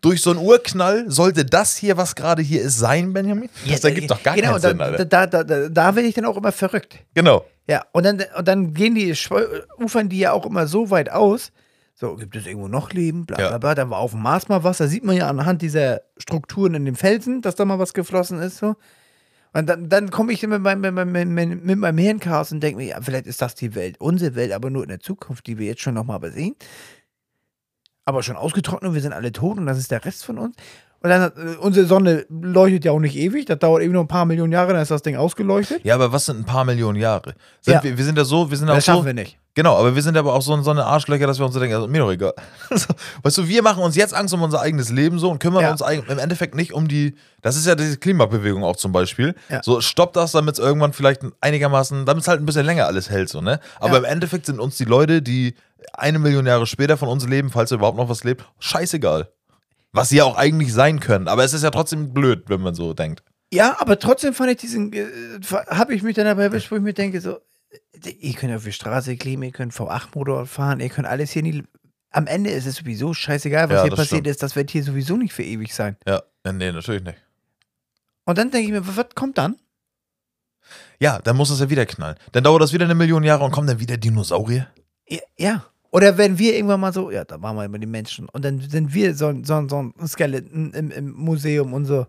durch so einen Urknall, sollte das hier, was gerade hier ist, sein, Benjamin? Das ergibt doch gar genau, keinen da, Sinn, Alter. Da, da, da, da werde ich dann auch immer verrückt. Genau. Ja, und dann, und dann gehen die, schwö- ufern die ja auch immer so weit aus. So, gibt es irgendwo noch Leben? Bla, Ja. bla, bla. Dann war auf dem Mars mal was. Da sieht man ja anhand dieser Strukturen in den Felsen, dass da mal was geflossen ist. So. Und dann, dann komme ich mit meinem, mit, meinem, mit, mit meinem Hirnchaos und denke mir, ja, vielleicht ist das die Welt, unsere Welt, aber nur in der Zukunft, die wir jetzt schon nochmal besehen. Aber schon ausgetrocknet und wir sind alle tot und das ist der Rest von uns. Und dann, äh, unsere Sonne leuchtet ja auch nicht ewig. Das dauert eben noch ein paar Millionen Jahre, dann ist das Ding ausgeleuchtet. Ja, aber was sind ein paar Millionen Jahre? Sind Ja. wir, wir sind da so, wir sind da auch Das so, schaffen wir nicht. Genau, aber wir sind aber auch so, so eine Arschlöcher, dass wir uns so denken, also, mir doch egal. [laughs] So, weißt du, wir machen uns jetzt Angst um unser eigenes Leben so und kümmern Ja. uns eig- im Endeffekt nicht um die, das ist ja diese Klimabewegung auch zum Beispiel. Ja. So, stopp das, damit es irgendwann vielleicht einigermaßen, damit es halt ein bisschen länger alles hält, so, ne? Aber Ja. im Endeffekt sind uns die Leute, die eine Million Jahre später von uns leben, falls überhaupt noch was lebt, scheißegal. Was sie ja auch eigentlich sein können. Aber es ist ja trotzdem blöd, wenn man so denkt. Ja, aber trotzdem fand ich diesen, habe ich mich dann dabei erwischt, wo ich mir denke, so, äh, ihr könnt auf die Straße kleben, ihr könnt V8-Motor fahren, ihr könnt alles hier nie. Am Ende ist es sowieso scheißegal, was Ja, hier das passiert stimmt. ist, das wird hier sowieso nicht für ewig sein. Ja, nee, natürlich nicht. Und dann denke ich mir, was kommt dann? Ja, dann muss es ja wieder knallen. Dann dauert das wieder eine Million Jahre und kommen dann wieder Dinosaurier. Ja, Ja. Oder wenn wir irgendwann mal so, ja, da waren wir immer die Menschen. Und dann sind wir so, ein- so, ein- so ein Skelett im, im Museum und so.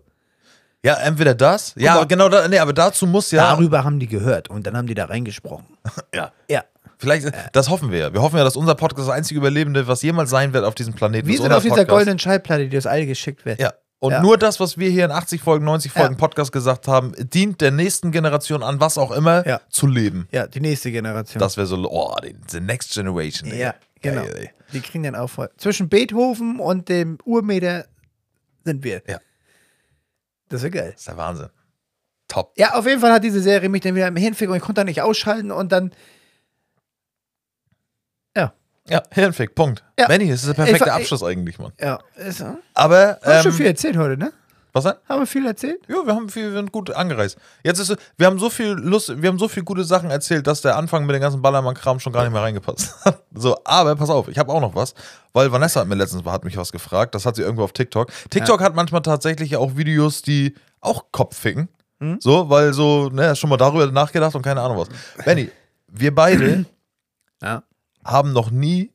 Ja, entweder das. Ja, mal. genau. Da, nee, aber dazu muss ja. Darüber haben die gehört und dann haben die da reingesprochen. Ja. Ja. Äh. Vielleicht, das hoffen wir ja. Wir hoffen ja, dass unser Podcast das einzige Überlebende, was jemals sein wird auf diesem Planeten. Wir ist sind unser auf dieser Podcast. goldenen Schallplatte, die das All geschickt wird. Ja. Und Ja. nur das, was wir hier in 80 Folgen, 90 Folgen Ja. Podcast gesagt haben, dient der nächsten Generation an was auch immer Ja. zu leben. Ja, die nächste Generation. Das wäre so, oh, die, the next generation. ey. Ja, genau. Geil, ey. Die kriegen dann auch voll. Zwischen Beethoven und dem Urmeter sind wir. Ja. Das wäre geil. Das ist der Wahnsinn. Top. Ja, auf jeden Fall hat diese Serie mich dann wieder im Hirnfick und ich konnte da nicht ausschalten und dann. Ja, Hirnfick, Punkt. Ja. Benny, das ist der Ey, perfekte ver- Abschluss eigentlich, Mann. Ja, ist, haben Aber, wir schon viel ähm, erzählt heute, ne? was denn? Haben wir viel erzählt? Ja, wir haben viel, wir sind gut angereist. Jetzt ist, so- wir haben so viel Lust, wir haben so viel gute Sachen erzählt, dass der Anfang mit dem ganzen Ballermann-Kram schon gar nicht mehr reingepasst [laughs] hat. So, aber pass auf, ich habe auch noch was, weil Vanessa hat mir letztens hat mich was gefragt. Das hat sie irgendwo auf TikTok. TikTok hat manchmal tatsächlich auch Videos, die auch Kopf ficken. So, weil so, ne, schon mal darüber nachgedacht und keine Ahnung was. Benny, wir beide Ja. haben noch nie,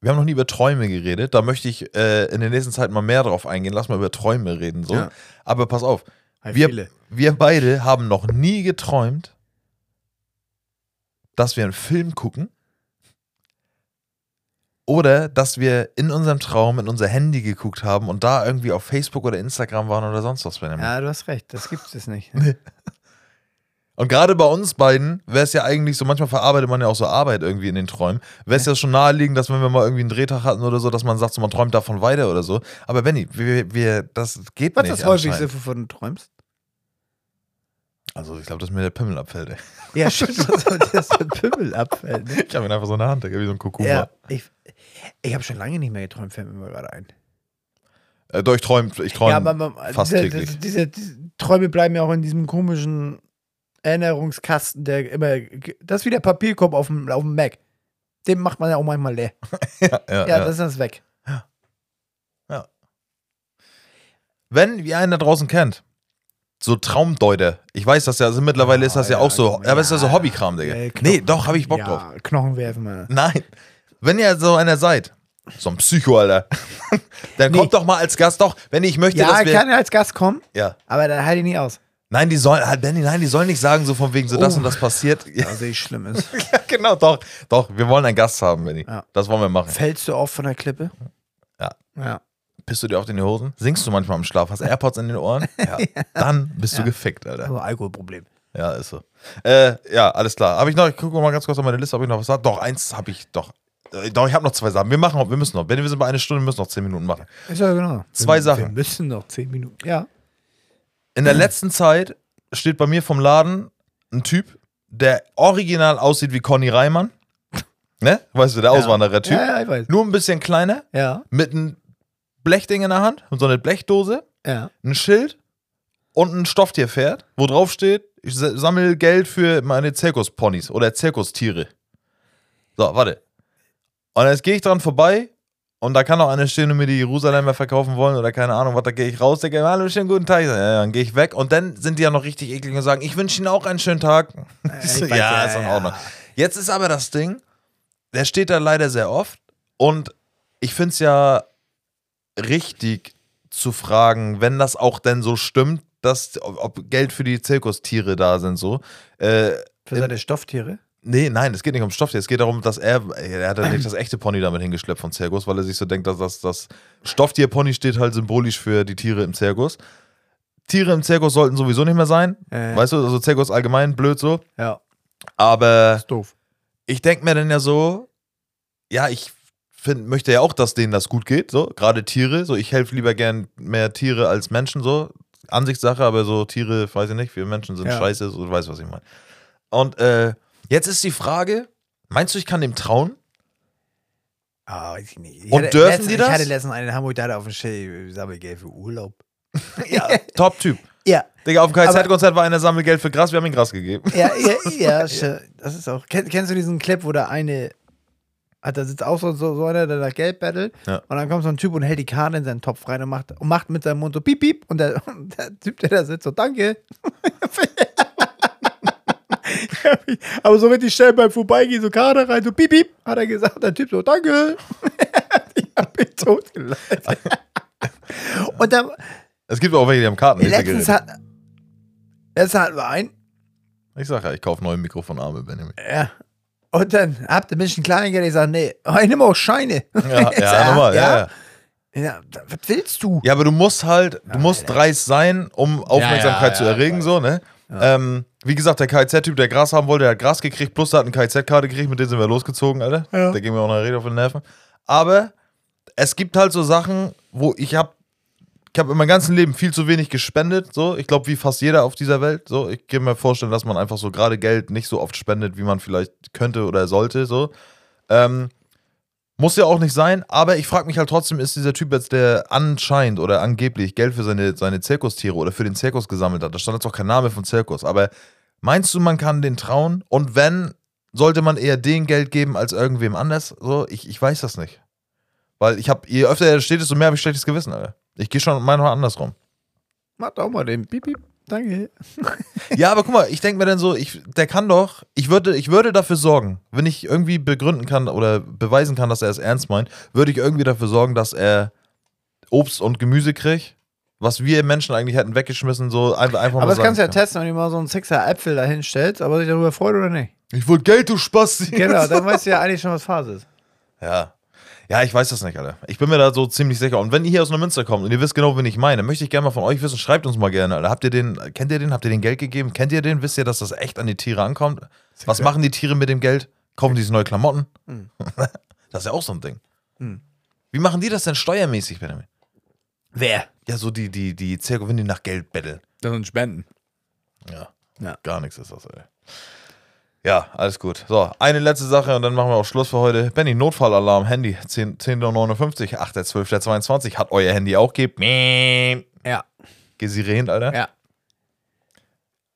wir haben noch nie über Träume geredet. Da möchte ich äh, in der nächsten Zeit mal mehr drauf eingehen. Lass mal über Träume reden. So. Ja. Aber pass auf, Hey, wir, viele. wir beide haben noch nie geträumt, dass wir einen Film gucken oder dass wir in unserem Traum in unser Handy geguckt haben und da irgendwie auf Facebook oder Instagram waren oder sonst was. Benjamin. Ja, du hast recht, das gibt es nicht. Und gerade bei uns beiden wäre es ja eigentlich so, manchmal verarbeitet man ja auch so Arbeit irgendwie in den Träumen, wäre es ja schon naheliegend, dass wenn wir mal irgendwie einen Drehtag hatten oder so, dass man sagt, so, man träumt davon weiter oder so. Aber Benny, wir, wir, das geht Was nicht. ist das häufigste, anscheinend. wovon du träumst? Also ich glaube, dass mir der Pimmel abfällt. Ey. Ja, [laughs] stimmt, was soll dir das für ein Pimmel abfällt? Ne? Ich habe ihn einfach so in der Hand, Digga, wie so ein Kurkuma. Ja, ich, ich habe schon lange nicht mehr geträumt, fällt mir gerade ein. Äh, doch, ich träume ich träum Ja, aber man, fast diese, täglich. Diese, diese, Träume bleiben ja auch in diesem komischen Erinnerungskasten, der immer. Das ist wie der Papierkorb auf dem, auf dem Mac. Den macht man ja auch manchmal leer. [laughs] ja, ja, Ja, ja. das ist das weg. Wenn ihr einen da draußen kennt, so Traumdeuter. Ich weiß das ja, also mittlerweile ist das ja, Ja, auch so, komm, ja, aber ist ja so ja. Hobbykram, Digga. Äh, Knochen- nee, doch, habe ich Bock drauf. ja, Knochen werfen mal. Nein. Wenn ihr so einer seid, so ein Psycho, Alter, [laughs] dann Nee. kommt doch mal als Gast doch. Wenn ich möchte, Ja, dass wir. kann als Gast kommen, Ja. aber dann halte ich nicht aus. Nein, die sollen, halt, Benny, nein, die sollen nicht sagen, so von wegen, so das Oh. und das passiert. Ja, [laughs] Da sehe ich Schlimmes. genau, doch. Doch, wir wollen einen Gast haben, Benny. Ja. Das wollen wir machen. [laughs] Fällst du oft von der Klippe? Ja. Ja. Bist du dir oft in die Hosen? Singst du manchmal im Schlaf? Hast AirPods in den [laughs] Ohren? Ja. Dann bist du gefickt, Alter. Also Alkoholproblem. Ja, ist so. Äh, ja, alles klar. Habe ich noch, ich gucke mal ganz kurz auf meine Liste, ob ich noch was habe. Doch, eins habe ich doch. Äh, Doch, ich habe noch zwei Sachen. Wir machen, noch- wir müssen noch. Benny, wir sind bei einer Stunde, wir müssen noch zehn Minuten machen. Ist ja genau. Zwei wir, Wir Sachen. müssen noch zehn Minuten. Ja. In Mhm. der letzten Zeit steht bei mir vom Laden ein Typ, der original aussieht wie Conny Reimann. Ne? Weißt du, der Auswanderer-Typ. Ja, ja, ich weiß. Nur ein bisschen kleiner, Ja, mit einem Blechding in der Hand und so eine Blechdose, [laughs] ja. ein Schild und ein Stofftierpferd, wo drauf steht, ich sa- sammle Geld für meine Zirkusponys oder Zirkustiere. So, warte. Und jetzt gehe ich dran vorbei und da kann auch einer stehen und mir die Jerusalemer verkaufen wollen oder keine Ahnung was, da gehe ich raus, denke, hallo, schönen guten Tag. Ich sag, Ja, ja, dann gehe ich weg und dann sind die ja noch richtig eklig und sagen, ich wünsche Ihnen auch einen schönen Tag. Ich so, ich weiß, ja, ja, ist in ja. Ordnung. Jetzt ist aber das Ding, der steht da leider sehr oft und ich finde es ja richtig zu fragen, wenn das auch denn so stimmt, dass ob ob Geld für die Zirkustiere da sind, so. Äh, Für seine Stofftiere? nee, nein, es geht nicht um Stofftier. Es geht darum, dass er, er hat ja nicht das echte Pony damit hingeschleppt vom Zirkus, weil er sich so denkt, dass das, das Stofftier-Pony steht halt symbolisch für die Tiere im Zirkus. Tiere im Zirkus sollten sowieso nicht mehr sein. Äh, Weißt du, also Zirkus allgemein blöd so. Ja, Aber ist doof. ich denke mir dann ja so, ja, ich find, möchte ja auch, dass denen das gut geht, so, gerade Tiere, so, ich helfe lieber gern mehr Tiere als Menschen, so, Ansichtssache, aber so Tiere, weiß ich nicht, wir Menschen sind Ja. scheiße, so, du weißt, was ich meine. Und äh, jetzt ist die Frage, meinst du, ich kann dem trauen? Ah, weiß ich nicht. Ich Und dürfen letztens, die das? Ich hatte letztens einen in Hamburg, da hat er auf dem Schild, ich sammle Geld für [laughs] Urlaub. Ja, Top-Typ. Ja, Digga, auf dem Aber- KZ-Konzert war einer sammelt Geld für Gras, wir haben ihm Gras gegeben. ja, ja, ja, sure. das ist auch. Kenn, kennst du diesen Clip, wo der eine hat, da sitzt auch so, so, so einer, der da Geld battelt Ja. und dann kommt so ein Typ und hält die Karte in seinen Topf rein und macht, und macht mit seinem Mund so piep piep und der, [laughs] und der Typ, der da sitzt, so danke. [laughs] Aber so richtig schnell beim Vorbeigehen, so Karte rein, so piep piep, hat er gesagt, der Typ so danke. [laughs] ich hab ihn totgelacht. und dann, Es gibt auch welche, die haben Karten. nicht letztens geredet. hat, letztens hatten wir einen, Ich sag ja, ich kaufe neue Mikrofonarme, [laughs] Benjamin. Ja. Und dann habt ihr ein bisschen Kleingeld. Ich sage, nee, oh, ich nehme auch Scheine. [laughs] Ja, ja, nochmal, ja, ja. ja. Ja, da- was willst du? Ja, aber du musst halt, du musst dreist sein, um Aufmerksamkeit ja, zu ja, erregen, so, ne? Ähm, wie gesagt, der KIZ-Typ, der Gras haben wollte, der hat Gras gekriegt, plus der hat eine KIZ-Karte gekriegt, mit denen sind wir losgezogen, Alter. Ja. Da gehen wir auch eine Rede auf den Nerven. Aber es gibt halt so Sachen, wo ich hab, ich habe in meinem ganzen Leben viel zu wenig gespendet, so. Ich glaube, wie fast jeder auf dieser Welt, so. Ich kann mir vorstellen, dass man einfach so gerade Geld nicht so oft spendet, wie man vielleicht könnte oder sollte, so. Ähm, muss ja auch nicht sein, aber ich frage mich halt trotzdem, ist dieser Typ jetzt, der anscheinend oder angeblich Geld für seine, seine Zirkustiere oder für den Zirkus gesammelt hat, da stand jetzt auch kein Name von Zirkus, aber meinst du, man kann den trauen? Und wenn, sollte man eher den Geld geben als irgendwem anders? So, ich, ich weiß das nicht. Weil ich habe, je öfter er steht, desto mehr habe ich schlechtes Gewissen, Alter. Ich gehe schon manchmal andersrum. Mach doch mal den Piep, piep. Danke. Ja, aber guck mal, ich denke mir dann so, ich, der kann doch, ich würde, ich würde dafür sorgen, wenn ich irgendwie begründen kann oder beweisen kann, dass er es ernst meint, würde ich irgendwie dafür sorgen, dass er Obst und Gemüse kriegt, was wir Menschen eigentlich hätten weggeschmissen, so einfach, einfach Aber mal das kannst du ja sagen testen, wenn du mal so einen Sixer Äpfel da hinstellst, aber sich darüber freut oder nicht. kann. Ich wollte Geld, du Spasti. Genau, dann weißt du ja eigentlich schon, was Phase ist. Ja. Ja, ich weiß das nicht, Alter. Ich bin mir da so ziemlich sicher. Und wenn ihr hier aus einer Münster kommt und ihr wisst genau, wen ich meine, möchte ich gerne mal von euch wissen. Schreibt uns mal gerne, Alter. Habt ihr den, kennt ihr den? Habt ihr den Geld gegeben? Kennt ihr den? Wisst ihr, dass das echt an die Tiere ankommt? Was machen die Tiere mit dem Geld? Kaufen die sich neue Klamotten? [laughs] Das ist ja auch so ein Ding. Hm. Wie machen die das denn steuermäßig, Benjamin? [laughs] Wer? Ja, so die, die, die Zirkel, wenn die nach Geld betteln. Das sind Spenden. Ja. Ja. Gar nichts ist das, ey. Ja, alles gut. So, eine letzte Sache und dann machen wir auch Schluss für heute. Benny, Notfallalarm, Handy, 10, 10.59 Uhr, 8.12.22. Hat euer Handy auch gebt. Miep. Ja, Gesiren, Alter. ja.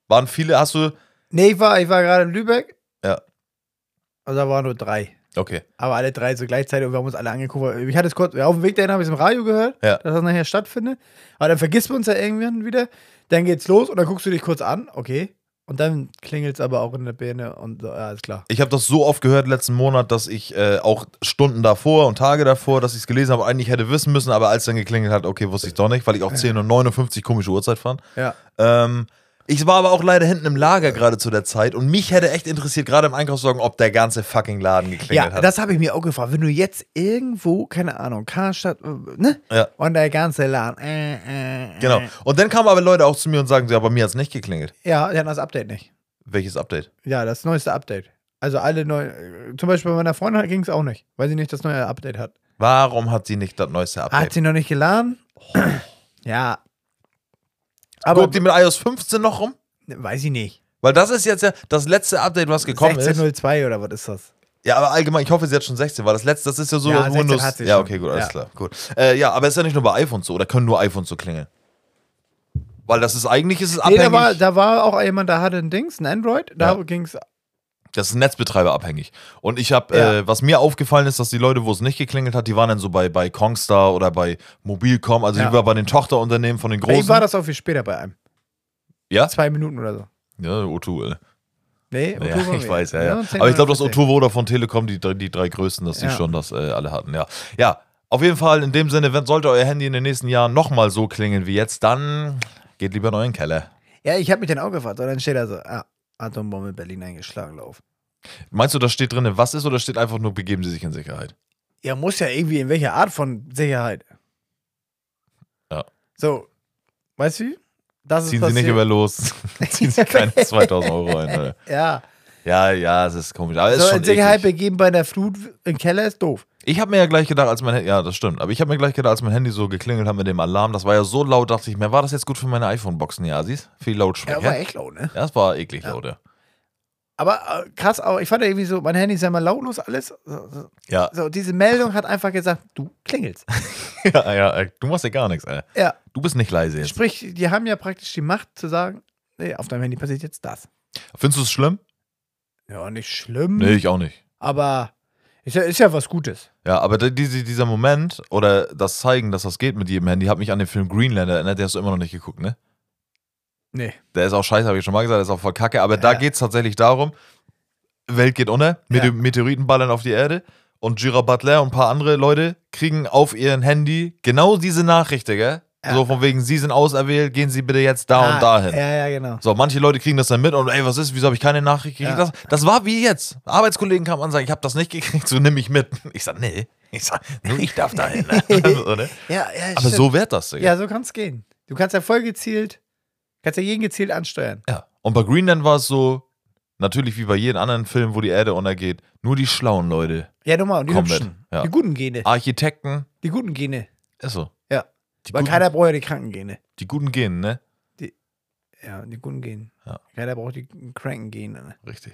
Waren viele, hast du. Nee, ich war, ich war gerade in Lübeck. Ja. Also da waren nur drei. Okay. Aber alle drei so gleichzeitig und wir haben uns alle angeguckt. Ich hatte es kurz, auf dem Weg dahin habe ich es im Radio gehört, Ja. dass das nachher stattfindet. Aber dann vergisst man uns ja irgendwann wieder. Dann geht's los und dann guckst du dich kurz an, okay. Und dann klingelt es aber auch in der Birne und so, ja, ist klar. Ich habe das so oft gehört letzten Monat, dass ich äh, auch Stunden davor und Tage davor, dass ich es gelesen habe, eigentlich hätte wissen müssen, aber als dann geklingelt hat, okay, wusste ich doch nicht, weil ich auch 10.59 Uhr komische Uhrzeit fand. Ja. Ähm, ich war aber auch leider hinten im Lager gerade zu der Zeit und mich hätte echt interessiert, gerade im Einkaufswagen, ob der ganze fucking Laden geklingelt Ja, hat. das habe ich mir auch gefragt. Wenn du jetzt irgendwo, keine Ahnung, Karstadt, äh, ne? Ja. Und der ganze Laden. Äh, äh, genau. Äh. Und dann kamen aber Leute auch zu mir und sagen, ja, bei mir hat es nicht geklingelt. Ja, die hatten das Update nicht. Welches Update? Ja, das neueste Update. Also alle neuen, zum Beispiel bei meiner Freundin ging es auch nicht, weil sie nicht das neue Update hat. Warum hat sie nicht das neueste Hat Update? sie noch nicht geladen? ja. Aber Aber Oh. die mit iOS 15 noch rum? weiß ich nicht. Weil das ist jetzt ja das letzte Update, was gekommen ist. 16.02 oder was ist das? Ja, aber allgemein, ich hoffe, sie hat schon 16, weil das letzte, das ist ja so Ja, das 16 Windows. hat sie ja, schon. okay, gut, alles Ja. klar. Gut. Äh, ja, aber ist ja nicht nur bei iPhones so, oder können nur iPhones so klingeln? Weil das ist eigentlich ist es Nee, abhängig. da war, da war auch jemand, der hatte ein Dings, ein Android, da Ja. ging's. das ist netzbetreiberabhängig. Und ich habe, Ja. äh, was mir aufgefallen ist, dass die Leute, wo es nicht geklingelt hat, die waren dann so bei, bei Kongstar oder bei Mobilcom, also Ja. die war bei den Tochterunternehmen von den großen. Ich war das auch viel später bei einem. Ja? Zwei Minuten oder so. Ja, O2, ey. Nee, Ja, O2 war ich mir- weiß, ja, ja. und 10 Aber ich glaube, dass Minuten O2 Vodafone von Telekom, die, drei- die drei größten, dass die Ja. schon das äh, alle hatten, ja. Ja, auf jeden Fall, in dem Sinne, wenn, sollte euer Handy in den nächsten Jahren nochmal so klingeln wie jetzt, dann geht lieber in euren Keller. Ja, ich habe mich dann auch gefragt. Und dann steht da so, ah, Atombombe Berlin eingeschlagen, lauf. Meinst du, da steht drin, was ist, oder steht einfach nur, begeben sie sich in Sicherheit? Ja, muss ja irgendwie in welcher Art von Sicherheit. Ja. So, weißt du? Das Ziehen ist sie nicht über los, [laughs] ziehen [laughs] sie keine 2000 Euro ein, Alter. Ja. Ja, ja, es ist komisch. Aber es ist so, schon in Sicherheit eklig. begeben bei der Flut im Keller ist doof. Ich habe mir ja gleich gedacht, als mein Handy, ja, das stimmt, aber ich habe mir gleich gedacht, als mein Handy so geklingelt hat mit dem Alarm, das war ja so laut, dachte ich mir, war das jetzt gut für meine iPhone-Boxen, ja, siehst? Viel Lautsprecher. Ja, war echt laut, ne? Ja, das war eklig laut, ja. Aber äh, krass, auch, ich fand irgendwie so, mein Handy ist ja mal lautlos, alles. So, so, Ja, [laughs] so, diese Meldung hat einfach gesagt, du klingelst. ja, ja, ey, du machst ja gar nichts, ey. Ja. Du bist nicht leise jetzt. Sprich, die haben ja praktisch die Macht zu sagen, nee, auf deinem Handy passiert jetzt das. Findest du es schlimm? Ja, nicht schlimm. Nee, ich auch nicht. Aber ist ja, ist ja was Gutes. Ja, aber die- diese, dieser Moment oder das Zeigen, dass das geht mit jedem Handy, hat mich an den Film Greenlander erinnert, den hast du immer noch nicht geguckt, ne? Nee. Der ist auch scheiße, habe ich schon mal gesagt, der ist auch voll kacke, aber da Ja. geht es tatsächlich darum, Welt geht unter, Mete Ja. Meteoriten ballern auf die Erde und Jira Butler und ein paar andere Leute kriegen auf ihren Handy genau diese Nachricht, gell? Ja. So von wegen, sie sind auserwählt, gehen sie bitte jetzt da Ah, und dahin. Ja, ja, genau. So, manche Leute kriegen das dann mit und ey, was ist, wieso habe ich keine Nachricht gekriegt? Ja. Das, das war wie jetzt. Arbeitskollegen kamen an und sagen, ich habe das nicht gekriegt, so nimm mich mit. [laughs] Ich sag, nee. Ich sag, nur ich darf da hin. [laughs] so, ne? Ja, ja, Aber stimmt. so wird das, Digga. Ja, so kann es gehen. Du kannst ja voll gezielt, kannst ja jeden gezielt ansteuern. Ja. Und bei Greenland war es so, natürlich wie bei jedem anderen Film, wo die Erde untergeht, nur die schlauen Leute, Ja, nochmal, und die Komplett, Hübschen. ja. Ah. Die guten Gene. Architekten, Die guten Gene. ist so. Ja. Die Weil guten, keiner braucht ja die kranken Gene. die guten gehen, ne? Ja, die guten Gene. Ja. Keiner braucht die kranken Gene. Richtig.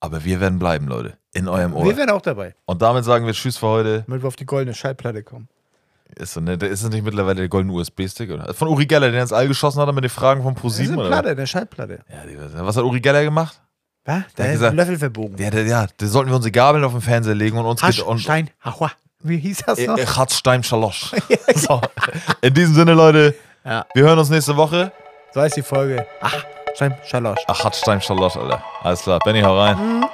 Aber wir werden bleiben, Leute. In eurem Wir Ohr. wären auch dabei, Und damit sagen wir Tschüss für heute. damit wir auf die goldene Schallplatte kommen. Ist, so, ne? Der- Ist das nicht mittlerweile der goldene USB-Stick? oder? Von Uri Geller, den er ins All geschossen hat mit den Fragen von Das ist ProSieben eine oder? Platte, eine Schallplatte. Ja, die, was hat Uri Geller gemacht? Was? Da hat ist gesagt- ein Löffel verbogen. Ja, der, ja, da sollten wir unsere Gabeln auf den Fernseher legen und uns Hasch, und, Stein, Haua. Wie hieß das Ich, noch? ich hat's Stein [laughs] Schalosch. so. In diesem Sinne, Leute, Ja. wir hören uns nächste Woche. So heißt die Folge. Ach, Stein, Schalosch. Ach, hat's Stein Schalosch, Alter. Alles klar, Benny, hau rein.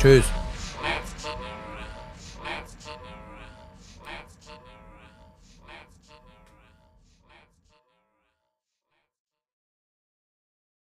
Tschüss.